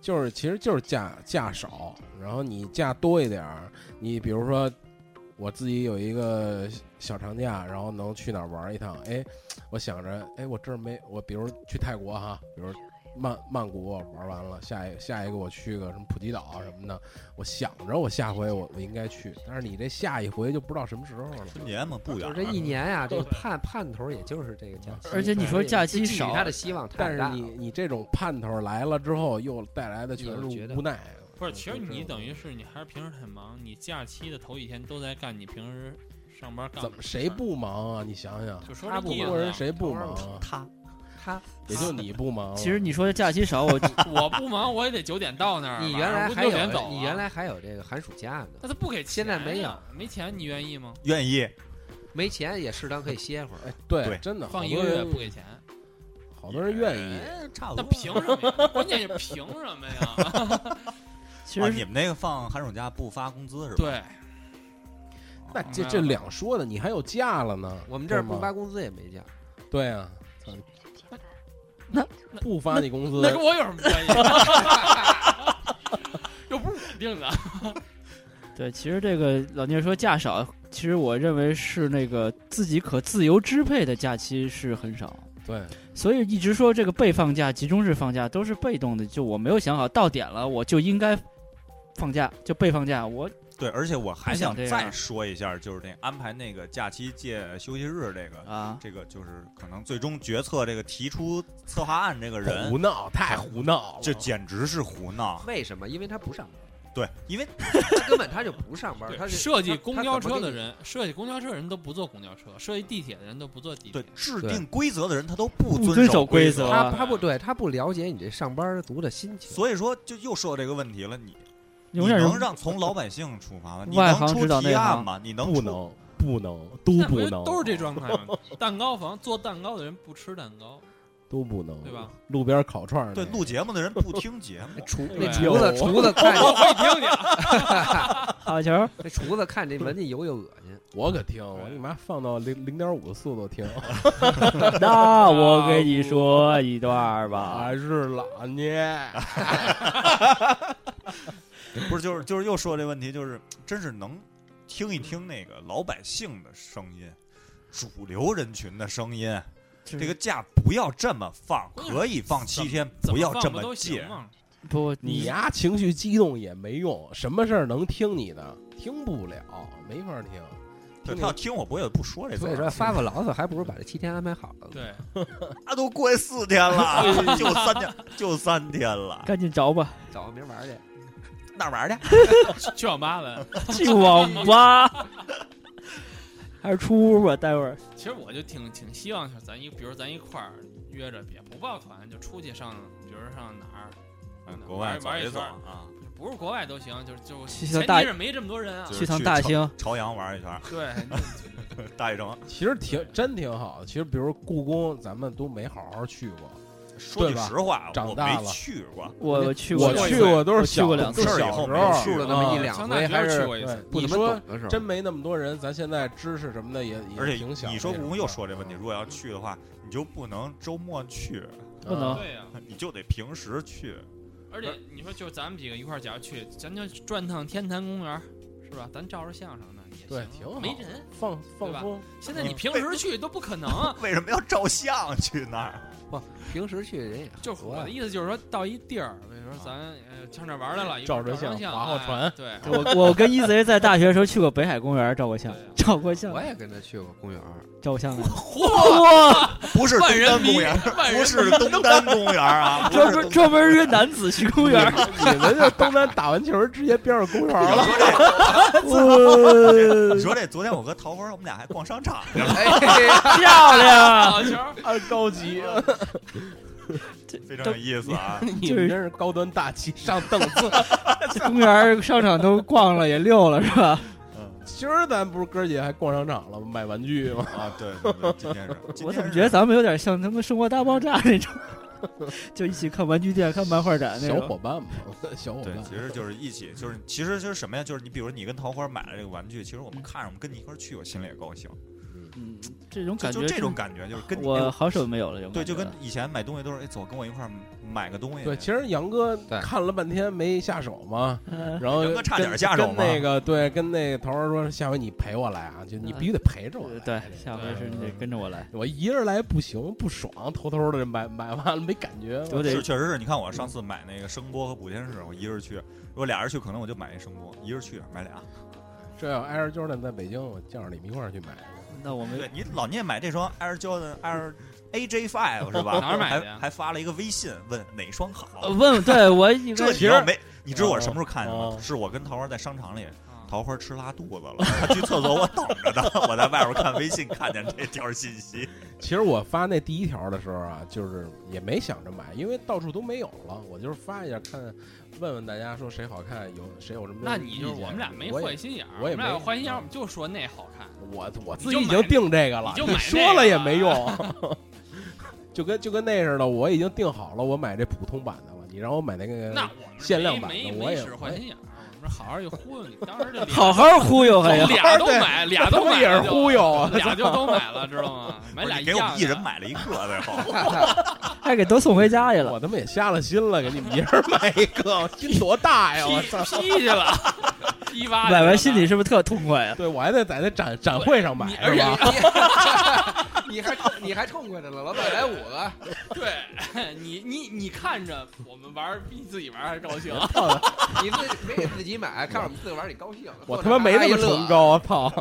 C: 就是其实就是假假少，然后你假多一点儿，你比如说我自己有一个小长假，然后能去哪儿玩一趟，哎，我想着，哎，我这儿没我，比如去泰国哈，比如。曼曼谷我玩完了，下一下一个我去个什么普吉岛什么的，我想着我下回我我应该去，但是你这下一回就不知道什么时候了。
A: 春节嘛不远
E: 就
A: 了，
E: 这一年呀，这个
F: 对
E: 盼盼头也就是这个假期，
B: 而且你说假期少
E: 寄予他的希望太
C: 但
E: 大
C: 是
E: 了。
C: 你你这种盼头来了之后，又带来的全
E: 你觉
C: 是
E: 得
C: 无奈。嗯
F: 不
E: 嗯
F: 是，其实你等于
C: 是
F: 是你还是平时很忙，你假期的头几天都在干你平时上班干
C: 怎
F: 不
C: 么
F: 了
C: 谁
F: 的事儿？
C: 不忙啊？你想想，
F: 就说
E: 他
F: 这
E: 不
F: 意
C: 中
E: 忙
C: 国
F: 思
C: 人
F: 啊，
C: 谁不忙啊？
E: 他他
C: 也就你不
A: 哦
C: 忙啊。
B: 其实你说假 期少，我
F: 啊我不忙，我也得九点到那儿吧，
E: 你原来
F: 我
E: 还
F: 六点
E: 有
F: 走，啊
E: 你原。来还有这个寒暑假呢，
F: 那他不给钱
E: 现在没有
F: 呀，没钱你愿意吗？
A: 愿意
E: 没钱也适当可以歇会儿
C: 哎。，对
A: 对，
C: 真的好
F: 放一个
C: 多
F: 月
C: 人
F: 不给钱，
C: 好多人愿意。
A: 哎差不
F: 那
A: 多。
F: 凭什么呀？关键是凭什 么呀？
B: 其
A: 啊，
B: 实
A: 你们那个放寒暑假不发工资是吧？
F: 对，
C: 那
F: 嗯
C: 这这两说的，你还有假了呢。
E: 我们这儿
C: 对
E: 不
C: 吗
E: 发工资也没假，
C: 对 啊，操
B: 那
C: 不发你工资
F: 那，跟我有什么关系？ 又不是我定的。
B: 对，其实这个老聂说假少，其实我认为是那个自己可自由支配的假期是很少，
C: 对，
B: 所以一直说这个被放假、集中式放假都是被动的，就我没有想好到点了我就应该放假，就被放假，我
A: 对，而且我还
B: 不想
A: 想
B: 这样
A: 再说一下，就是那安排那个假期借休息日这个，
B: 啊，
A: 这个就是可能最终决策这个提出策划案这个
C: 胡
A: 人，
C: 闹，太胡闹了。
A: 这简直是胡闹。
E: 为什么？因为他不上班，
A: 对，因为
E: 他根本他就不上班，他
F: 对，
E: 是
F: 设计公交车的，
E: 他他怎么给你
F: 人，设计公交车的人都不坐公交车，设计地铁的人都不坐地铁
A: 对。制
E: 对
A: 定规则的人他都不
B: 不遵
A: 遵
B: 守规
A: 规
B: 则
E: 他他不对，他不了解你这上班族的心情。，
A: 所以说就又说到这个问题了。你
B: 永远
A: 你
B: 是
A: 能让从老百姓出发吗？你
B: 外
A: 能
B: 行
A: 出
B: 知道内
A: 提案
B: 行
A: 吗？你能出
C: 不能不能都
F: 那
C: 不
F: 是
C: 能
F: 都是这状态吗？ 蛋糕房做蛋糕的人不吃蛋糕，
C: 都不能
F: 对吧？
C: 路边烤串儿
A: 对
C: 那个
A: 录节目的人不听节目
E: 哎 厨
F: 对
E: 那厨子厨 子看
F: 我会听你。
B: 好球，
E: 那厨子看这闻见油就恶心，
C: 我可听，我你妈放到零零点五的速度听，
B: 那我给你说一段儿吧，
C: 还是老聂，
A: 不是就是就是又说这问题，就是真是能听一听那个老百姓的声音，主流人群的声音。这个假不要这么放，
F: 关键
A: 可以放七天，
F: 嗯怎
A: 不要
F: 放
A: 这
F: 不
A: 么
F: 都行
A: 借。
F: 吗？
B: 不，
C: 你呀、情绪激动也没用，什么事儿能听你的？听不了，没法听。
A: 对
C: 听
A: 他要听我，不也不说这
E: 所
A: 字
E: 以
A: 儿
E: 说。发发牢骚还不如把这七天安排好了。，
F: 对，
A: 啊，都过去四天 了，就三天，就三天了，
B: 赶紧找吧，
E: 找个名玩去。
F: 哦
A: 哪儿玩去？
F: 去网吧了。
B: 去网吧，还是出屋吧，待会儿。
F: 其实我就挺挺希望，就是咱一，比如咱一块儿约着，也不抱团，就出去上，比如说上哪儿，
A: 嗯
F: 嗯
A: 国外走
F: 玩一
A: 一走
F: 圈
A: 啊，
F: 不是国外都行，就是就
B: 去
F: 前
B: 大
F: 提是没这么多人啊
A: 就。
B: 去
A: 是
B: 趟大
A: 朝
B: 兴
A: 朝阳玩一圈，
F: 对，
A: 大悦城。
C: 其实挺真挺好的。其实比如故宫，咱们都没好好去过。
A: 说句
C: 对吧
A: 实话，
C: 长
A: 我
C: 大
A: 没
C: 了
A: 去过，
B: 我我去过
C: 我
B: 两
C: 去
B: 次
C: 过都
B: 我
C: 是
B: 去
C: 小
B: 过两次
C: 都是
A: 事儿以
C: 小
A: 后
C: 时
A: 没
C: 候
A: 去
E: 住了那么一
C: 啊
E: 两
F: 上哦大
E: 回，
F: 学
E: 还
F: 去
E: 是
F: 过一次，
E: 不
C: 你
E: 怎么
C: 说
E: 懂的时候，
C: 真没那么多人，咱现在知识什么的也
A: 而且
C: 也挺小。
A: 你说故宫又说这问题，
C: 嗯
A: 如果要去的话，你就不能周末去，
B: 不能
C: 嗯
F: 对呀、
A: 你就得平时去。
F: 而且你说，就咱们几个一块儿，假如去，咱就转趟天坛公园儿，是吧？咱照着相声呢，你也
C: 对
F: 行，
C: 挺好
F: 没人。
C: 放
F: 对吧
C: 放风，
F: 现
A: 嗯
F: 在你平时去都不可能 啊，
A: 为什么要照相去那儿？
E: 平时去人也
F: 就是我的意思就是说到一地儿，比如说咱呃上这儿玩来了，一块儿
C: 照着
F: 张
C: 相
F: 相，
C: 划划
F: 哎
C: 船
F: 对，
B: 我我跟一贼在大学的时候去过北海公园照过相
F: 对啊，
B: 照过相
E: 我，也跟他去过公园儿，
B: 照过相的。
A: 不是
F: 万
A: 东
F: 人
A: 单
F: 迷
A: 公园，，
F: 万
A: 不
F: 人
A: 是东单公园啊，不
B: 专
A: 是
B: 门专门约男子去公园，
C: 你们这东南打完球直接边上公园了，
A: 东啊你说这昨天我和桃花，我们俩还逛商场去 了，
B: 漂亮。
F: 打球，
C: 高级，
A: 非常有意思啊。
C: 你们真是高端大气上档次。
B: 公园、商场都逛了，也溜了，是吧？
A: 嗯
C: 今儿咱不是哥儿姐还逛商场了吗，买玩具吗？
A: 啊，对，对对今天是，今
B: 我
A: 天
B: 怎么
A: 是
B: 觉得咱们有点像他们《生活大爆炸》那种，就一起看玩具店、看漫画展那
C: 小
B: 种。
C: 伙伴嘛， 小伙
A: 啊对，
C: 伴
A: 其实就是一起，就是其实就是什么呀？就是你比如你跟桃花买了这个玩具，其实我们看着我们跟你一块儿去，我心里也高兴，
B: 嗯，这种
A: 就
B: 感觉
A: 就这种感觉，就是跟你哎
B: 我
A: 我
B: 好久没有了。这种
A: 对，就
B: 感觉
A: 跟
B: 了
A: 以前买东西都是哎，走，跟我一块儿买个东西。
C: 对，其实杨哥
E: 对
C: 看了半天没下手嘛，
B: 嗯
C: 然后
A: 杨哥差
C: 跟
A: 点下手
C: 跟
A: 嘛
C: 那个对，跟那桃花说，下回你陪我来啊，就你必须得陪着我来。
B: 嗯对，下回是你得跟着我来。
C: 我一个人来不行，不爽，偷偷的买买完了没感觉。
B: 我得
A: 是，确实是你看我上次买那个声波和补天士，我一人去，如果俩人去，可能我就买一声波，一人去买俩。
C: 这要 Air Jordan 在北京，我叫上你们一块儿去买。
B: 那我们
A: 嗯对你老聂买这双 Air Jordan Air AJ Five 是吧？
F: 哪儿买的呀
A: 还还发了一个微信问哪双好
B: 呃。问，对我应
A: 这
B: 该
A: 你要没，你知道我是什么时候看见
C: 哦
A: 吗？是我跟桃花在商场里，
F: 啊
A: 桃花吃拉肚子了， 她去厕所，我等着呢。 我在外边看微信，看见这条信息，
C: 其实我发那第一条的时候啊，就是也没想着买，因为到处都没有了，我就是发一下看，问问大家说谁好看，有谁有什么意见。
F: 那你就是我们俩没
C: 我也
F: 坏心眼儿，
C: 我也
F: 们俩
C: 没
F: 有坏心眼儿，
C: 啊
F: 我们就说那好看。
C: 我我
F: 你
C: 自
F: 就
C: 己已
F: 买
C: 经
F: 那
C: 定这个了，
F: 你就买
C: 说
F: 那
C: 了
F: 个
C: 也
F: 吧
C: 没用，就跟就跟那似的，我已经定好了，我买这普通版的了，你让我买那个
F: 那我们
C: 限量版的
F: 没
C: 我
F: 没
C: 也
F: 使坏心眼儿，我们这好好一忽悠你，当 时就
B: 好好忽悠还
F: 俩
B: 有
F: 俩都买，俩
C: 他
F: 都
C: 们
F: 买
C: 也是
F: 了就
C: 忽悠啊！
F: 俩就都买了，知道吗？ 买
A: 不是
F: 俩
A: 你
F: 样
A: 给我们一
F: 的
A: 人买了一个，最后
B: 还给都送回 家去了。
C: 我他妈也瞎了心了，给你们一人买一个，心多大呀！哎我操！
F: 批批去了，批 发去了
B: 买完心里是不是特痛快啊呀？
C: 对我还得在那展展会上买
F: 你而
C: 是
F: 且
C: 吧？
E: 你 你还你还痛快着了，老板来五个，
F: 对 你你你看着我们玩儿比自己玩儿还高 兴，
E: 你自己没给自己买，看我们自个玩儿你高兴。
C: 我他妈没那么崇 高，我操！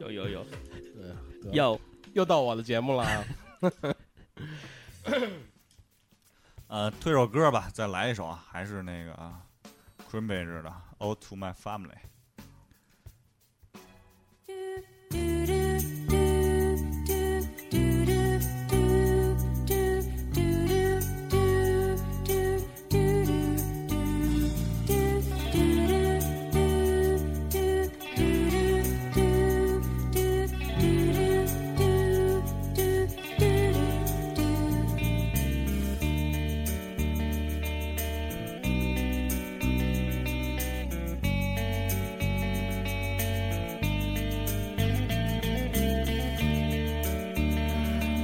B: 有有 有
C: 对
B: 有，
C: 又到我的节目了啊！
A: 呃，推首歌吧，再来一首啊，还是那个啊 c r i m b a g e 的《All to My Family》。
C: 哎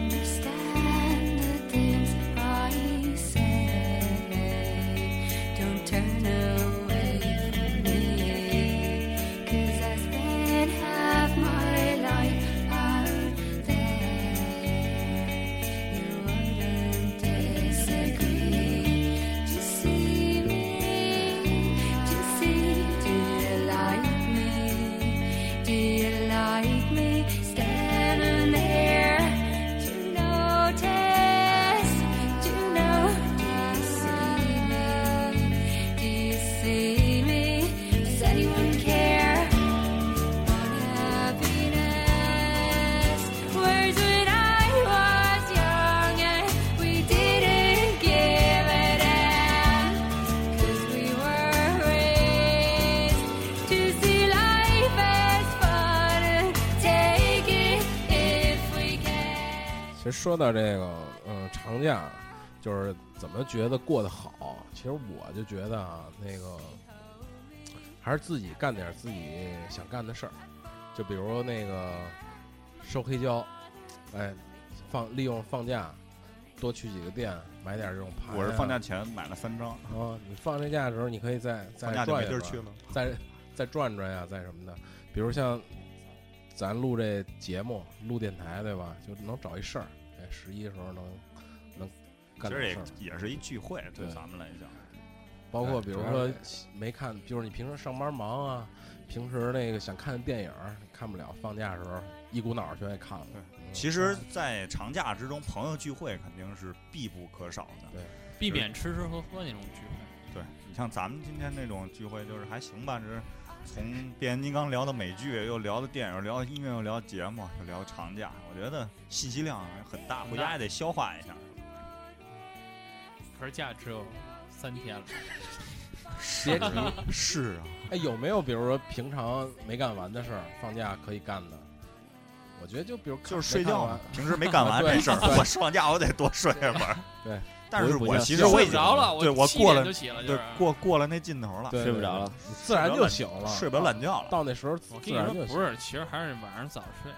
D: Understand the things I say. Don't turn away from me. 'Cause I spend half my life out there. You wouldn't disagree. Just see me. Just see. Do you like me? Do you like me? Standing there. Do you notice? Do you know? Do you see me? Do you see me? Does anyone care? Unhappiness. Words when I was young and we didn't give it in. 'Cause we were raised to see life as fun and take it if we can.
C: 其实说到这个，嗯，长假就是怎么觉得过得好，其实我就觉得啊，那个还是自己干点自己想干的事儿，就比如那个收黑胶，哎，放利用放假多去几个店买点这种啊哦盘呀。
A: 我是放假前买了三张，
C: 啊，你放这假的时候，你可以再
A: 放
C: 再
A: 假就
C: 转
A: 没
C: 一
A: 地儿
C: 转
A: 去了。
C: 再再转转呀，再什么的。比如像咱录这节目、录电台，对吧？就能找一事儿，哎，十一的时候能能
A: 其
C: 干
A: 实
C: 点
A: 也
C: 事儿。嗯
A: 也是一聚会，对
C: 对
A: 咱们来讲，
C: 包括比如
E: 主要
C: 说
E: 是
C: 没看，就是你平时上班忙啊，平时那个想看电影儿看不了，放假的时候一股脑儿全给看了
A: 对。
C: 嗯
A: 其实，在长假之中，朋友聚会肯定是必不可少的。
F: 避免吃吃喝喝那种聚会。
A: 对你像咱们今天这种聚会，就是还行吧，就是从变形金刚聊到美剧，又聊到电影，又聊到音乐，又聊到节目，又聊长假，我觉得信息量还很大，回家也得消化一下。
F: 可是假只有三天了，
A: 是啊是啊，
C: 哎，有没有比如说平常没干完的事儿，放假可以干的？我觉得就比如看
A: 就是睡觉啊
C: 没 看
A: 嘛平时没干完
C: 完，对
A: 这事儿，
C: 对
A: 我放假我得多睡一会儿。
C: 对，
A: 但是
C: 我也不
A: 我
C: 想
A: 其
C: 其
A: 实
C: 实我
A: 我
F: 睡
A: 已
F: 不
A: 经
F: 着了，我
A: 对我
F: 七
A: 过
F: 点
A: 了
F: 就起了，就
A: 对
F: 是。
A: 过过了那劲头了，
C: 对
B: 睡不着了，
C: 你自然就醒了，啊
A: 睡不着懒觉了。
C: 到那时候
F: 我
C: 自
F: 跟你
C: 然就
F: 说，
C: 醒
F: 不。是，其实还是晚上早睡。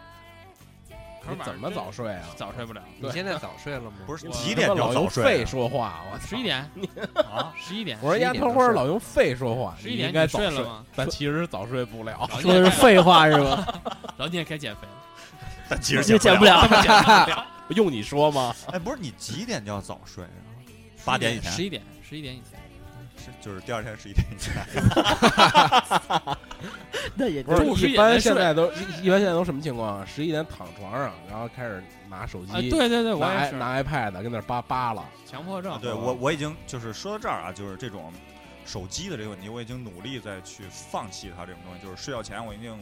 F: 可是
C: 你
F: 晚上
C: 怎么早
F: 睡？
C: 睡啊？
F: 早睡不了，
E: 你现在早睡了吗？
A: 不是
F: 我
A: 几点就早
C: 他妈老
A: 睡
C: 用肺
A: 啊
C: 说话，我
F: 十一点，
A: 啊？
F: 十一点
C: 我。说丫头花老用肺说话，
F: 11
C: 你
F: 点
C: 应该
F: 你
C: 早
F: 睡了吗
C: 但其实早睡 不了。
F: 老
B: 说的是废话是吧？
F: 然后你也该减肥了，
A: 但 其实
B: 也减不了，
C: 用你说吗？
A: 哎，不是你几点就要早睡啊？八点以前
F: 十一点，十一点以前。
A: 是就是第二天十一点以前。
B: 那也
C: 不
F: 中午
C: 是，
F: 11
C: 一
F: 点
C: 般
F: 再睡
C: 现在都一一般现在都什么情况啊？十一点躺床上，然后开始拿手
F: 啊，对
C: 机，
F: 对对，我
C: 拿
F: 也
C: i-
F: 是
C: 拿 iPad 跟那儿叭叭了。
F: 强迫症。
A: 对我我已经就是说到这儿啊，就是这种手机的这个问题，我已经努力在去放弃它这种东西。就是睡觉前我一定，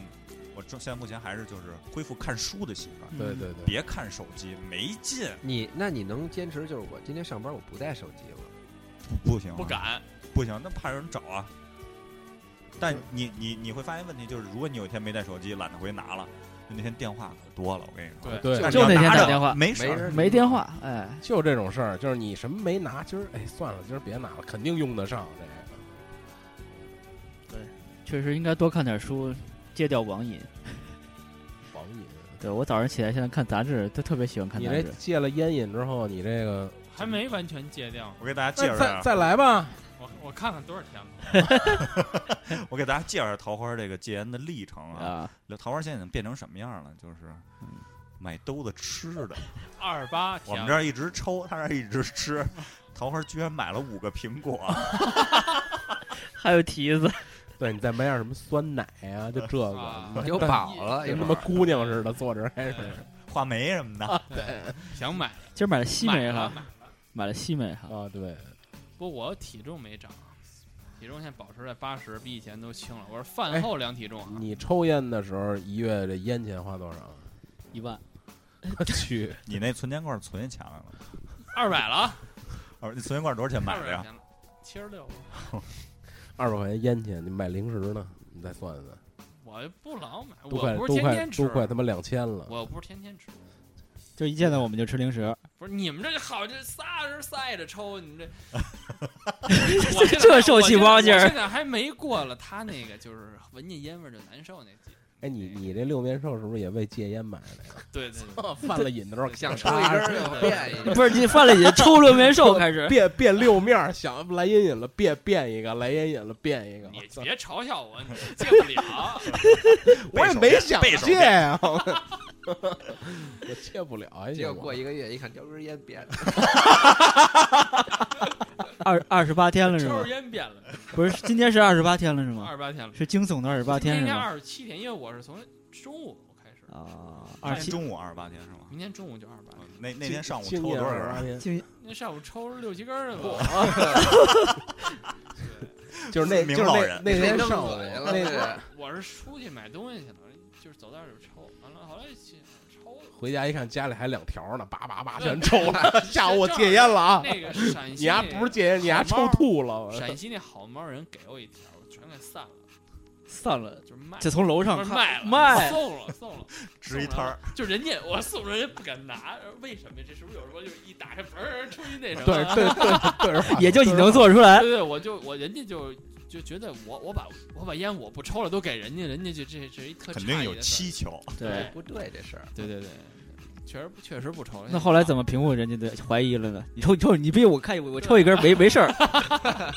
A: 我这现在目前还是就是恢复看书的习
F: 嗯
A: 惯，
C: 对对对，
A: 别看手机没劲，
E: 你那你能坚持就是我今天上班我不带手机了。
A: 不不行、啊
F: 不敢，
A: 不行，那怕有人找啊。但你你你会发现问题就是，如果你有一天没带手机，懒得回去拿了，就那天电话可多了，我跟你说。
F: 对
C: 对
A: 但
B: 就
A: 你要
B: 那天
A: 拿
B: 打
A: 着
B: 电话
A: 没事
E: 没
A: 儿
E: 人
B: 没电话，哎，
C: 就这种事儿，就是你什么没拿，今儿哎算了，今儿别拿了，肯定用得上这个。
B: 确实应该多看点书，戒掉网瘾。
C: 网瘾，
B: 对我早上起来现在看杂志，都特别喜欢看
C: 你
B: 杂
C: 这
B: 志。
C: 戒了烟瘾之后，你这个
F: 还没完全戒掉。
A: 我给大家介
C: 那
A: 绍
C: 再
A: 下，
C: 再来吧。
F: 我我看看多少天了，
A: 我给大家介绍下桃花这个戒烟的历程啊。
B: 啊，
A: 桃花现在已经变成什么样了？就是
B: 嗯
A: 买兜子吃的，
F: 二十八天了。
A: 我们这儿一直抽，他那儿一直吃。桃花居然买了五个苹果，
B: 还有蹄子，
C: 对你再买点什么酸奶啊，就这
F: 啊
C: 个，
E: 有饱了，有
C: 跟他妈
E: 饱了
C: 姑娘似的坐着，还是
F: 对
A: 话梅什么 的。
F: 想买
B: 今儿买了西
F: 买
B: 梅
F: 了
B: 哈，
F: 买了
B: 买了西梅哈。
C: 啊，对，
F: 不，我体重没长，体重现在保持在八十，比以前都轻了。我是饭后量体重啊，
C: 你抽烟的时候一月这烟钱花多少？
B: 一万，
C: 我 去，
A: 你那存钱罐存下钱来了吗？
F: 二百了啊，
A: 哦，那存钱罐多少钱买
F: 二
A: 的
F: 百
A: 呀？
F: 块钱了，七十六。
C: 二百块钱烟钱，你买零食呢？你再算算，
F: 我又不老买，
C: 都
F: 我
C: 快
F: 不是
C: 都
F: 天
C: 快
F: 天吃啊
C: 都，快他妈两千了。
F: 我不是天天吃，
B: 就一见到我们就吃零食。
F: 不是你们这好，这仨人塞着抽，你们这我
B: 这
F: 现
B: 这
F: 在
B: 受气包
F: 我
B: 劲
F: 现在我
B: 儿
F: 现，在还没过了他那个，就是闻见烟味儿就难受那季。
C: 哎，你你这六面兽是不是也为戒烟买的 呀？
F: 对对对，
C: 犯了瘾的时候
E: 想抽一根儿就变一
B: 不是你犯了瘾，抽六面兽开始。
C: 变变六面儿，想来烟瘾了变变一个，来烟瘾了变一个。
F: 你
C: 我操
F: 别嘲笑我，你戒不了。
C: 我也没想
A: 背手
C: 戒
A: 电
C: 呀，我我戒不了。哎
E: 结果过
C: 瘾，
E: 一个月一看，叼根烟变了，
B: 二二十八天了是
F: 抽
B: 吗
F: 着？烟变了，
B: 不是，今天是二十八天了是
F: 二
B: 吗？
F: 十八天了。
B: 是惊悚的二十八天
F: 今
B: 是
F: 天
B: 吗？
F: 二十七天，因为我是从中午开始，
B: 啊，
A: 今
B: 二
A: 天
B: 十七，
A: 中午二十八天是吗？
F: 明天中午就二十八天。
A: 那那天上午抽
C: 今
A: 了多少啊根
C: 今
A: 儿？
B: 今
C: 年28
F: 那上午抽了六七根儿了吧？
C: 天 就是那
A: 明
C: 就是
A: 老
C: 那
A: 人
C: 那天上午
E: 恶心了，
C: 那个
F: 我是出去买东西去了，就是走道儿就抽，完了后来去抽了。
C: 回家一看，家里还两条呢，叭叭叭
F: 对
C: 全抽 了。下午我戒烟了啊！
F: 那个陕西
C: 你丫
F: 那个，
C: 不是戒烟，你丫抽吐了。我
F: 陕西那好猫人给我一条，我全给散了，
B: 散了，
F: 就是卖，
B: 就从楼上
F: 不是
B: 看
F: 卖了，
B: 卖
F: 送了送了，
A: 支一摊儿，
F: 就人家我送人家不敢拿，为什么呀？这是不是有时候就是一打开门儿出去那什么？ 啊
C: 对对对对着话筒，
B: 也就你
C: 对着
B: 能做出来。
F: 对对，我就我人家就就觉得我我把我把烟我不抽了都给人家，人家就这这一特
A: 肯定有
F: 期。
A: 七球。
B: 对，
E: 不对这事儿。
F: 对对对，确实不确实不抽了。
B: 那后来怎
F: 么？
B: 么评估人家的怀疑了呢？你抽你抽，你逼我看我我抽一根没没事儿，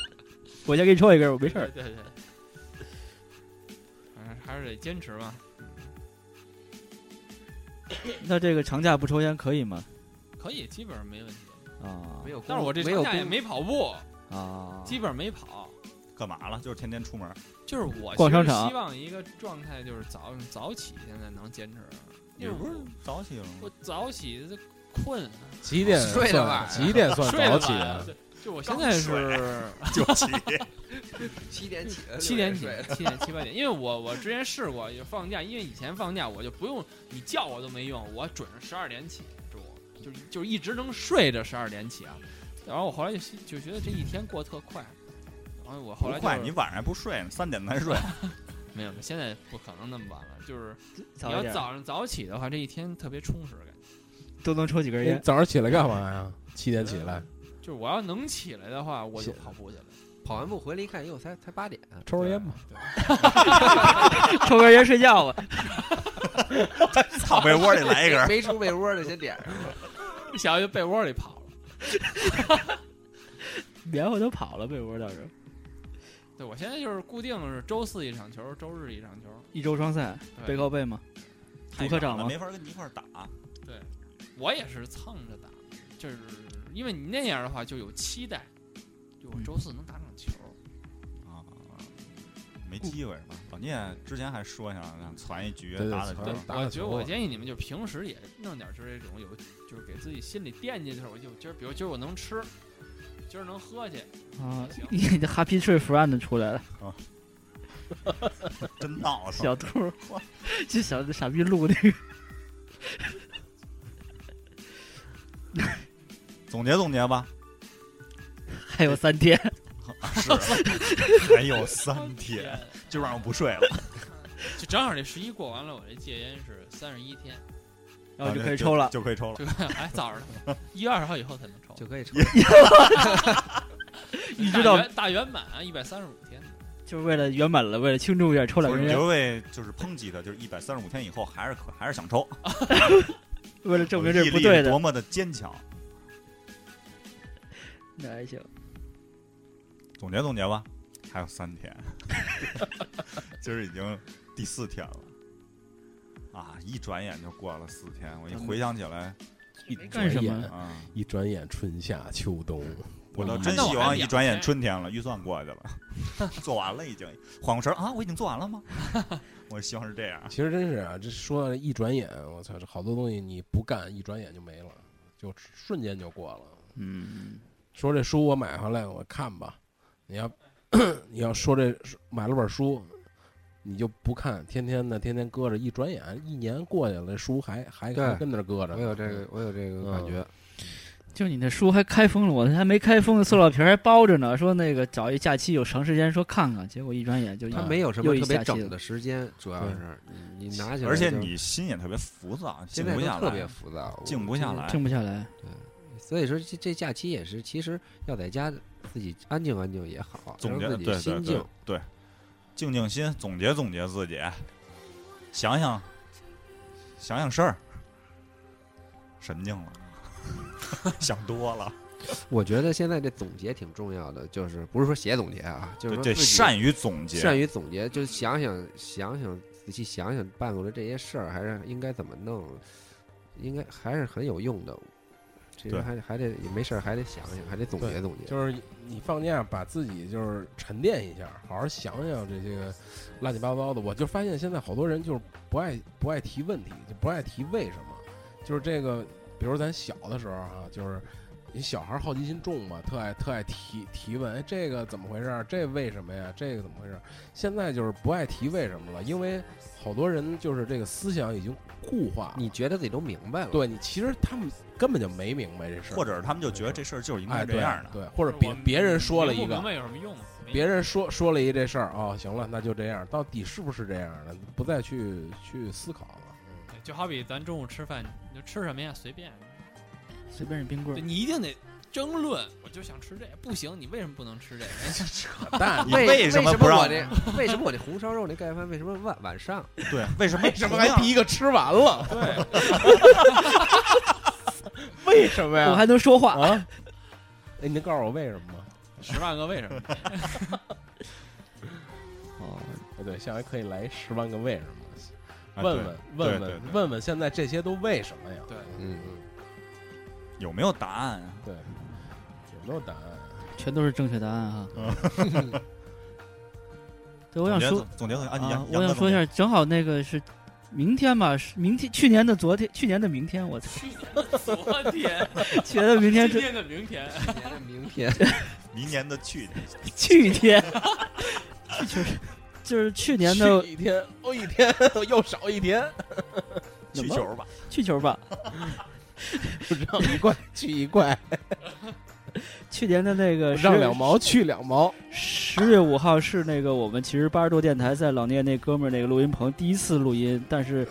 B: 我先给你抽一根，我没事儿。
F: 对对对。反正还是得坚持嘛。
B: 那这个长假不抽烟可以吗？
F: 可以，基本上没问题。
B: 啊，
E: 没有工，
F: 但是我这
E: 没有
F: 长假也
E: 工，
F: 没跑步，
B: 啊，
F: 基本上没跑。
A: 干嘛了？就是天天出门儿，
F: 就是我
B: 逛
F: 其实
B: 商场
F: 希望一个状态就是早早起，现在能坚持。
A: 你不是早起了
F: 我
A: 吗？
F: 早起困啊，
C: 几点
E: 睡得
C: 算
E: 晚
C: 几点算
F: 睡
C: 早
F: 得
C: 起
F: 晚
C: 啊
F: 啊？？就就我现在 是
A: 就起，
E: 七点起，
F: 七点起
E: 呃六睡，
F: 七点七八点，因为我我之前试过，就放假，因为以前放假我就不用你叫我都没用，我准十二点起，中午就就一直能睡着十二点起啊。然后我后来就就觉得这一天过得特快，然后我后
A: 不
F: 来就
A: 快，
F: 是
A: 你晚上还不睡呢，三点才 睡。
F: 没有，现在不可能那么晚了，就是
B: 早
F: 你
B: 一
F: 要
B: 点
F: 早上早起的话，这一天特别充实感。
B: 都能抽几根
C: 你
B: 烟，
C: 早上起来干嘛呀？七点起来
F: 就是我要能起来的话，我就是跑步去了。
E: 跑完步回来一看，哟，才才八点，啊
C: 抽根烟吧。
B: 抽根烟睡觉吧。
A: 草被窝里来一根 儿，
E: 没出被窝的先点上。
F: 小就被窝里跑了。
B: 棉花都跑了，被窝倒是
F: 对我现在就是固定是周四一场球，周日一场球。
B: 一周双赛，
F: 对
B: 背靠背吗？
F: 太
B: 主科
A: 那
B: 长吗？
A: 没法跟你一块儿打。
F: 我也是蹭着打，就是因为你那样的话就有期待，就我周四能打场球。
A: 啊，没机会是吧？老聂之前还说想想攒一局
C: 对对
A: 打打
C: 攒
A: 球
C: 一，嗯打
F: 我
C: 个
F: 觉得
C: 球啊
F: 我
C: 吧
F: 建议你们就平时也弄点儿就是这种有，就是给自己心里惦记的事儿。我就今儿，比如今儿我能吃，今儿能喝去，
B: 啊
F: 行，
B: 你这 Happy Tree Friend 出来了，
A: 真闹腾。
B: 小兔儿，这小傻逼录那个，
A: 总结总结 吧，
B: 还有三天，
A: 是还有三天，就让我不睡了。
F: 就正好这十一过完了，我这戒烟是三十一 天，
B: 然后就可以抽了。
A: 就可以抽了。
F: 对吧？还早着 呢，一月二十号以后才能抽，
E: 就 可以抽。
B: 一
F: 大
B: 直到
F: 圆大圆满啊一百三十五天。
B: 就是为了圆满了，为了庆祝一下，抽两
A: 不是
B: 根
A: 你
B: 烟
A: 就，为就是抨击他，就是一百三十五天以后还是可还是想抽，
B: 为了证明这
A: 我
B: 是
A: 毅
B: 不
A: 力
B: 对
A: 是
B: 的
A: 多，么的坚强。
B: 那还行。
A: 总结总结吧，还有三 天，今儿已经第四天了。啊！一转眼就过了四天，我一回想起 来，
C: 一
B: 干什
C: 转
B: 么
C: 眼
A: 啊、
C: 一转眼春夏秋冬，
A: 我倒
C: 嗯
A: 真
F: 那我
A: 希
F: 还哎
A: 望一
F: 两
A: 转眼
F: 天
A: 春天了，预算过去了， 做完了已经，缓过神儿啊，我已经做完了吗？ 我希望是这样。
C: 其实真是啊，这说到一转眼，我操，这好多东西你不干，一转眼就没了，就瞬间就过了。
B: 嗯，
C: 说这书我买回来，我看吧。你要 你要说这书买了本书，你就不看，天天的天天搁着，一转眼一年过去了，这书还还
E: 对
C: 还跟那儿搁着。嗯
E: 我有这个，，我有这个感觉。
B: 就你那书还开封了，我那还没开封的塑料皮儿还包着呢。说那个找一假期有长时间，说看看，结果一转眼就一
E: 它没有什
B: 又
E: 么
B: 一
E: 特别
B: 下期
E: 整
B: 了
E: 的时间，主要是你你拿起来就，
A: 而且你心也特别浮躁，静
E: 现在
A: 不
E: 都
A: 下
E: 特别
A: 来，
E: 浮躁，我
A: 静不下
E: 就是
A: 来。
B: 静不下来。
E: 所以说这这假期也是，其实要在家自己安静安静也好，
A: 总结
E: 让自
A: 对
E: 己
A: 对
E: 心
A: 对
E: 静。
A: 对，静静心，总结总结自己，想想想想事儿，神经了， 想多了。
E: 我觉得现在这总结挺重要的，就是不是说写总结啊，就是
A: 对
E: 说
A: 对，
E: 自己
A: 善于总结，
E: 善于总结，就想想想想仔细想想办过的这些事儿，还是应该怎么弄，应该还是很有用的。其实
A: 对
E: 还还得也没事儿，还得想想，还得总结
C: 对
E: 总结。
C: 就是你放假把自己就是沉淀一下，好好想想这些个乱七八糟的。我就发现现在好多人就是不爱不爱提问题，就不爱提为什么。就是这个，比如咱小的时候啊，就是你小孩好奇心重嘛，特爱特爱提提问，哎，这个怎么回事儿？这为什么呀？这个怎么回事儿？现在就是不爱提为什么了，因为好多人就是这个思想已经固化了。
E: 你觉得自己都明白了，，
C: 对你其实他们根本就没明白这事儿，
A: 或者是他们就觉得这事儿就是应
C: 哎
A: 该
C: 对
A: 这样的。
C: 对，或者别
F: 我
C: 别人说了一
F: 明不
C: 个
F: 明，白有什么用啊？没
C: 别人说说了一这事儿哦，行了，那就这样，到底是不是这样的，不再去去思考了。
F: 对就好比咱中午吃饭，你就吃什么呀？随便，
B: 随便是冰棍
F: 对
B: 儿，
F: 你一定得争论。我就想吃这个，不行，你为什么不能吃这 个？
C: 扯淡，
A: 你
E: 为
A: 为
E: 什
A: 什么不让
E: 我这为什么我这红烧肉那盖饭为什么晚晚上？
A: 对，为什么
C: 为什么
A: 同
C: 还
A: 样
C: 第一个吃完了？
F: 对，
C: 为什
B: 我
C: 么呀？
B: 还能说话。
C: 啊？哎，您告诉我为什么吗？
F: 十万个为什么？
B: 哦，
C: 哎对，下回可以来十万个为什么，
A: 哎
C: 问
A: 对
C: 问
A: 对对
C: 问问
A: 对
C: 问问现在这些都为什么呀？
F: 对
E: 嗯，
A: 有没有答案啊？
C: 对，有没有答案？
B: 全都是正确答案哈。 对，我
A: 啊总
B: 想
A: 结
B: 说
A: 总总结总结啊，你
B: 啊
A: 杨，
B: 我想说一，
A: 杨
B: 下，正好那个是明天吧，是明天去年的昨天，去年的明天，我操，
F: 昨天、
B: 去年的明天是
F: 今天的明天，
E: 明天
A: 哥明年的 去年，
B: 去 天，就是就是去年的
C: 去一天哦一天 又少一天，
B: 怎
A: 去
B: 么
A: 球吧，
B: 去球吧，
C: 让一块去一块，
B: 去年的那个
C: 让
B: 10
C: 两毛去两毛。
B: 十月五号是那个我们其实八十多电台在老聂那哥们儿那个录音棚第一次录音，但是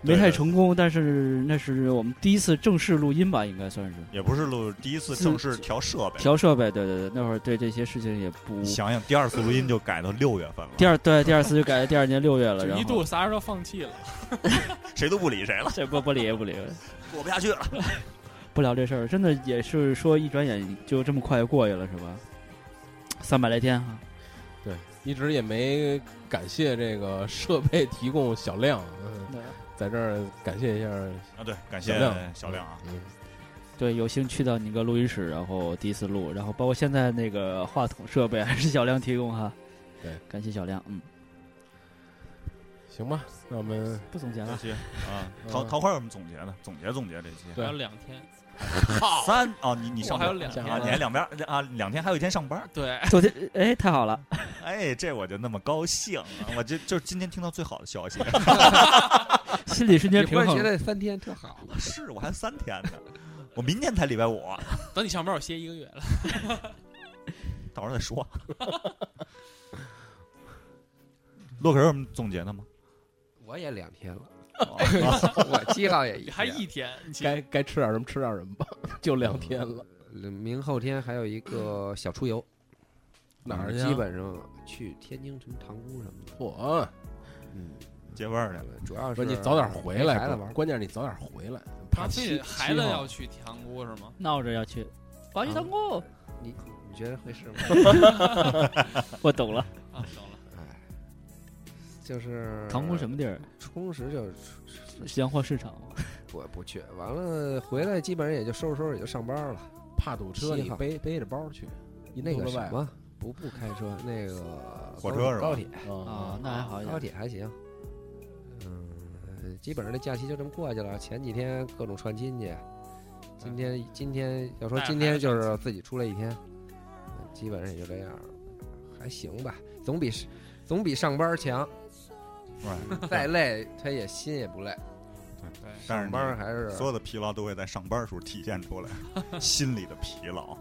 B: 没
A: 啊对
B: 太
A: 对
B: 成功。但是那是我们第一次正式录音吧，应该算是
A: 也不是录第一次
B: 自
A: 正式调设备，
B: 调设备。对对对，那会儿对这些事情也不
A: 你想想第二次录音就改到六月份了，
B: 第二对第二次就改到第二年六月了，
F: 就
B: 然后
F: 一度仨人都放弃了。
A: 谁都不理谁了，
B: 这不不理不理
A: 过不下去了。
B: 不聊这事儿，真的也是说一转眼就这么快就过去了，是吧？三百来天哈、
C: 对，一直也没感谢这个设备提供小亮，嗯，在这儿感谢一下
A: 啊，对，感
C: 小
A: 谢
C: 亮
A: 小亮啊，
C: 嗯，
B: 对，有幸去到你个录音室，然后第一次录，然后包括现在那个话筒设备还是小亮提供哈。
C: 对，
B: 感谢小亮，嗯，
C: 行吧，那我们
B: 不总结
A: 这
B: 了，
A: 期啊，
C: 嗯
A: 桃桃花有什么总结呢？总结总结这期
C: 对
F: 还有两天，
A: 三啊，你你上
F: 我还有
A: 班
F: 两
C: 下
F: 天
C: 班
A: 啊，
F: 呢
A: 你还两边啊，两天还有一天上班，
F: 对，
B: 昨天哎太好了，
A: 哎，这我就那么高兴啊，我这就是 今天听到最好的消息，
B: 心里瞬间
E: 你不
B: 平
E: 是
B: 衡
E: 觉
B: 了。
E: 得三天特好吗？
A: 是我还三天呢，我明天才礼拜五，
F: 等你上班我歇一个月了。
A: 到时候再说。 洛克有什么总结的吗？
E: 我也两天 了，我七号也
F: 你
E: 一
F: 还
E: 天
F: 一天，你
C: 该该吃点什么吃点什么吧，就两天了，
E: 呃明后天还有一个小出游，嗯
C: 哪儿去啊？
E: 基本上去天津什么塘沽什么的，
C: 我
E: 嗯，
A: 接味儿去了，
E: 主要
C: 不
E: 是
C: 是你早点回
E: 陪
C: 来
E: 孩子
C: 吧，
E: 玩，
C: 关键是你早点回来，
F: 他
C: 怕
F: 非
C: 七
F: 得孩子
C: 七号
F: 要去塘沽是吗？
B: 闹着要去，我要去当过，
E: 你你觉得会是吗？
B: 我懂了。
F: 啊，懂了，
E: 哎，就是
B: 塘沽什么地儿？
E: 充实就是
B: 洋货市场吗。
E: 我不去，完了回来基本上也就收拾收拾也就上班了。
C: 怕堵车，
E: 七
C: 你
E: 号
C: 背背着包去，一
E: 那
C: 肚
E: 个
C: 子
E: 什
C: 外
E: 么不不开车，那个
A: 火
E: 高
A: 车是吧
E: 高铁
B: 啊
C: 啊，，
B: 那还好一
E: 高
B: 点。
E: 铁还行。嗯，基本上这假期就这么过去了。前几天各种串亲戚，今天
A: 嗯
E: 今天要说
F: 带着
E: 今
F: 孩
E: 天
F: 子
E: 就
F: 串
E: 是自己出来一天，嗯基本上也就这样了，还行吧，总比是总比上班强。
A: 是吧
E: 再累他也心也不累，
F: 对，
A: 但是
E: 上班
A: 你
E: 还是
A: 所有的疲劳都会在上班时候体现出 来，心里的疲劳。
E: 啊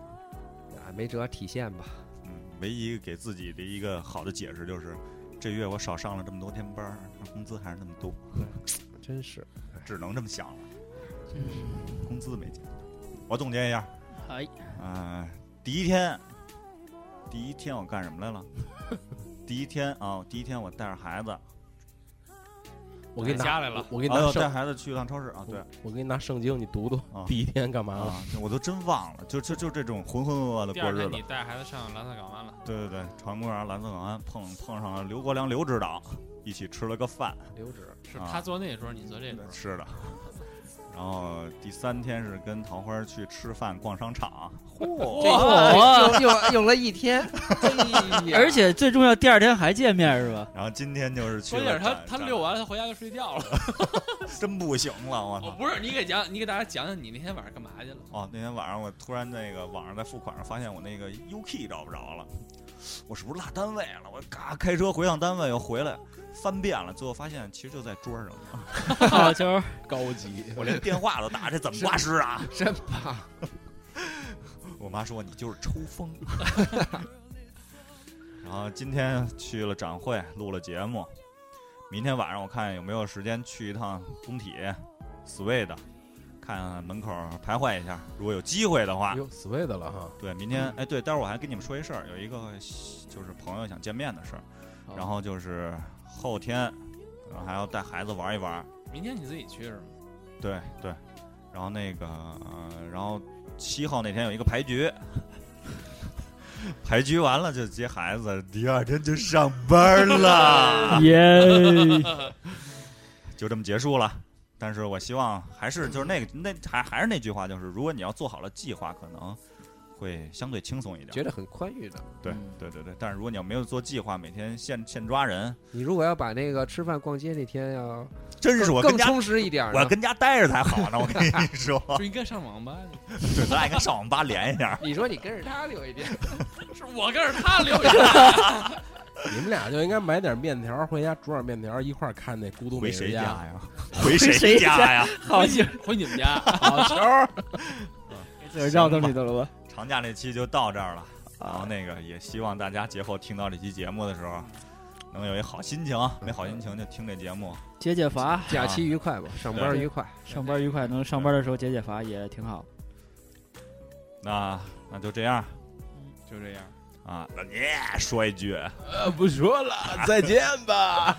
E: 没辙体现吧。
A: 嗯，唯一给自己的一个好的解释就是，这月我少上了这么多天班儿，那工资还是那么多，
E: 真是
A: 只能这么想了。工资没减。我总结一下，
B: 哎，
A: 呃，第一天，第一天我干什么来了？ 第一天啊，第一天我带着孩子，
C: 我给你拿
F: 家来了
C: 我给你
A: 哎
C: 拿
A: 呦带
C: 圣，
A: 孩子去趟超市啊，对
C: 我，我给你拿圣经，你读读
A: 啊，
C: 第一天干嘛了？
A: 啊，我都真忘了，就就就这种浑浑噩噩的
F: 第
A: 过
F: 二
A: 日
F: 天
A: 子
F: 你。带孩子上蓝色港湾了，
A: 对对对，长公园蓝色港湾碰碰上了刘国梁刘指导，一起吃了个饭，
E: 留职，
F: 是
A: 啊
F: 他坐那桌，你坐这桌，
A: 是的。然后第三天是跟桃花去吃饭、逛商场，嚯，
B: 哇
E: 这用用了一天，
A: 哎
B: 而且最重要，第二天还见面是吧？
A: 然后今天就是去
F: 关键
A: 了
F: 是他
A: 展
F: 他遛，完他回家就睡觉了。
A: 展真不行了，我
F: 哦，
A: 操！
F: 不是，你给讲，你给大家讲讲你那天晚上干嘛去了？
A: 哦，那天晚上我突然那个网上在付款上发现我那个 U K 找不着了，我是不是落单位了？我嘎开车回趟单位又回来，翻遍了，最后发现其实就在桌上，
B: 好球，
C: 高级，
A: 我连电话都打，这怎么挂失啊？
E: 真棒！
A: 我妈说你就是抽风。然后今天去了展会，录了节目。明天晚上我看有没有时间去一趟工体 Sway 的，看看门口徘徊一下。如果有机会的话，
C: 哟，Sway 的了哈，
A: 对，明天哎对，待会儿我还跟你们说一事儿，有一个就是朋友想见面的事儿。然后就是后天，然后还要带孩子玩一玩。
F: 明天你自己去是吗？
A: 对对，然后那个，呃、然后七号那天有一个牌局， 牌局完了就接孩子，第二天就上班 了，
B: 耶，
A: 就这么结束了。但是我希望还是就是那个那还还是那句话，就是如果你要做好了计划，可能会相对轻松一
E: 觉
A: 点。
E: 得很宽裕的。
A: 对对对对，但是如果你要没有做计划，每天现现抓人，
E: 你如果要把那个吃饭、逛街那天要
A: 真是
E: 更
A: 我跟
E: 更
A: 家
E: 充实一点呢，
A: 我跟家待着才好呢。我跟你 说，
F: 就应该上网吧，
A: 对，咱俩应该上网吧连一下。
E: 你说你跟着他留一遍，
F: 是我跟着他留言。
C: 你们俩就应该买点面条回家，煮点面条一块儿看那《孤独美
A: 回
C: 食
A: 谁
C: 家》
A: 呀？回
B: 谁
A: 家
B: 家
A: 呀？
B: 好
F: 你回你们家，
C: 好球儿！
B: 绕到里头了吧？
A: 长假那期就到这儿了，
B: 啊
A: 然后那个也希望大家节后听到这期节目的时候，能有一好心情，啊没好心情就听这节目。
B: 解解乏，
E: 假期愉快吧，上班愉快。
B: 上班愉快，能上班的时候解解乏也挺好。
A: 那那就这样
F: 就这样。
A: 啊，那你也说一句，
C: 呃，不说了，再见吧。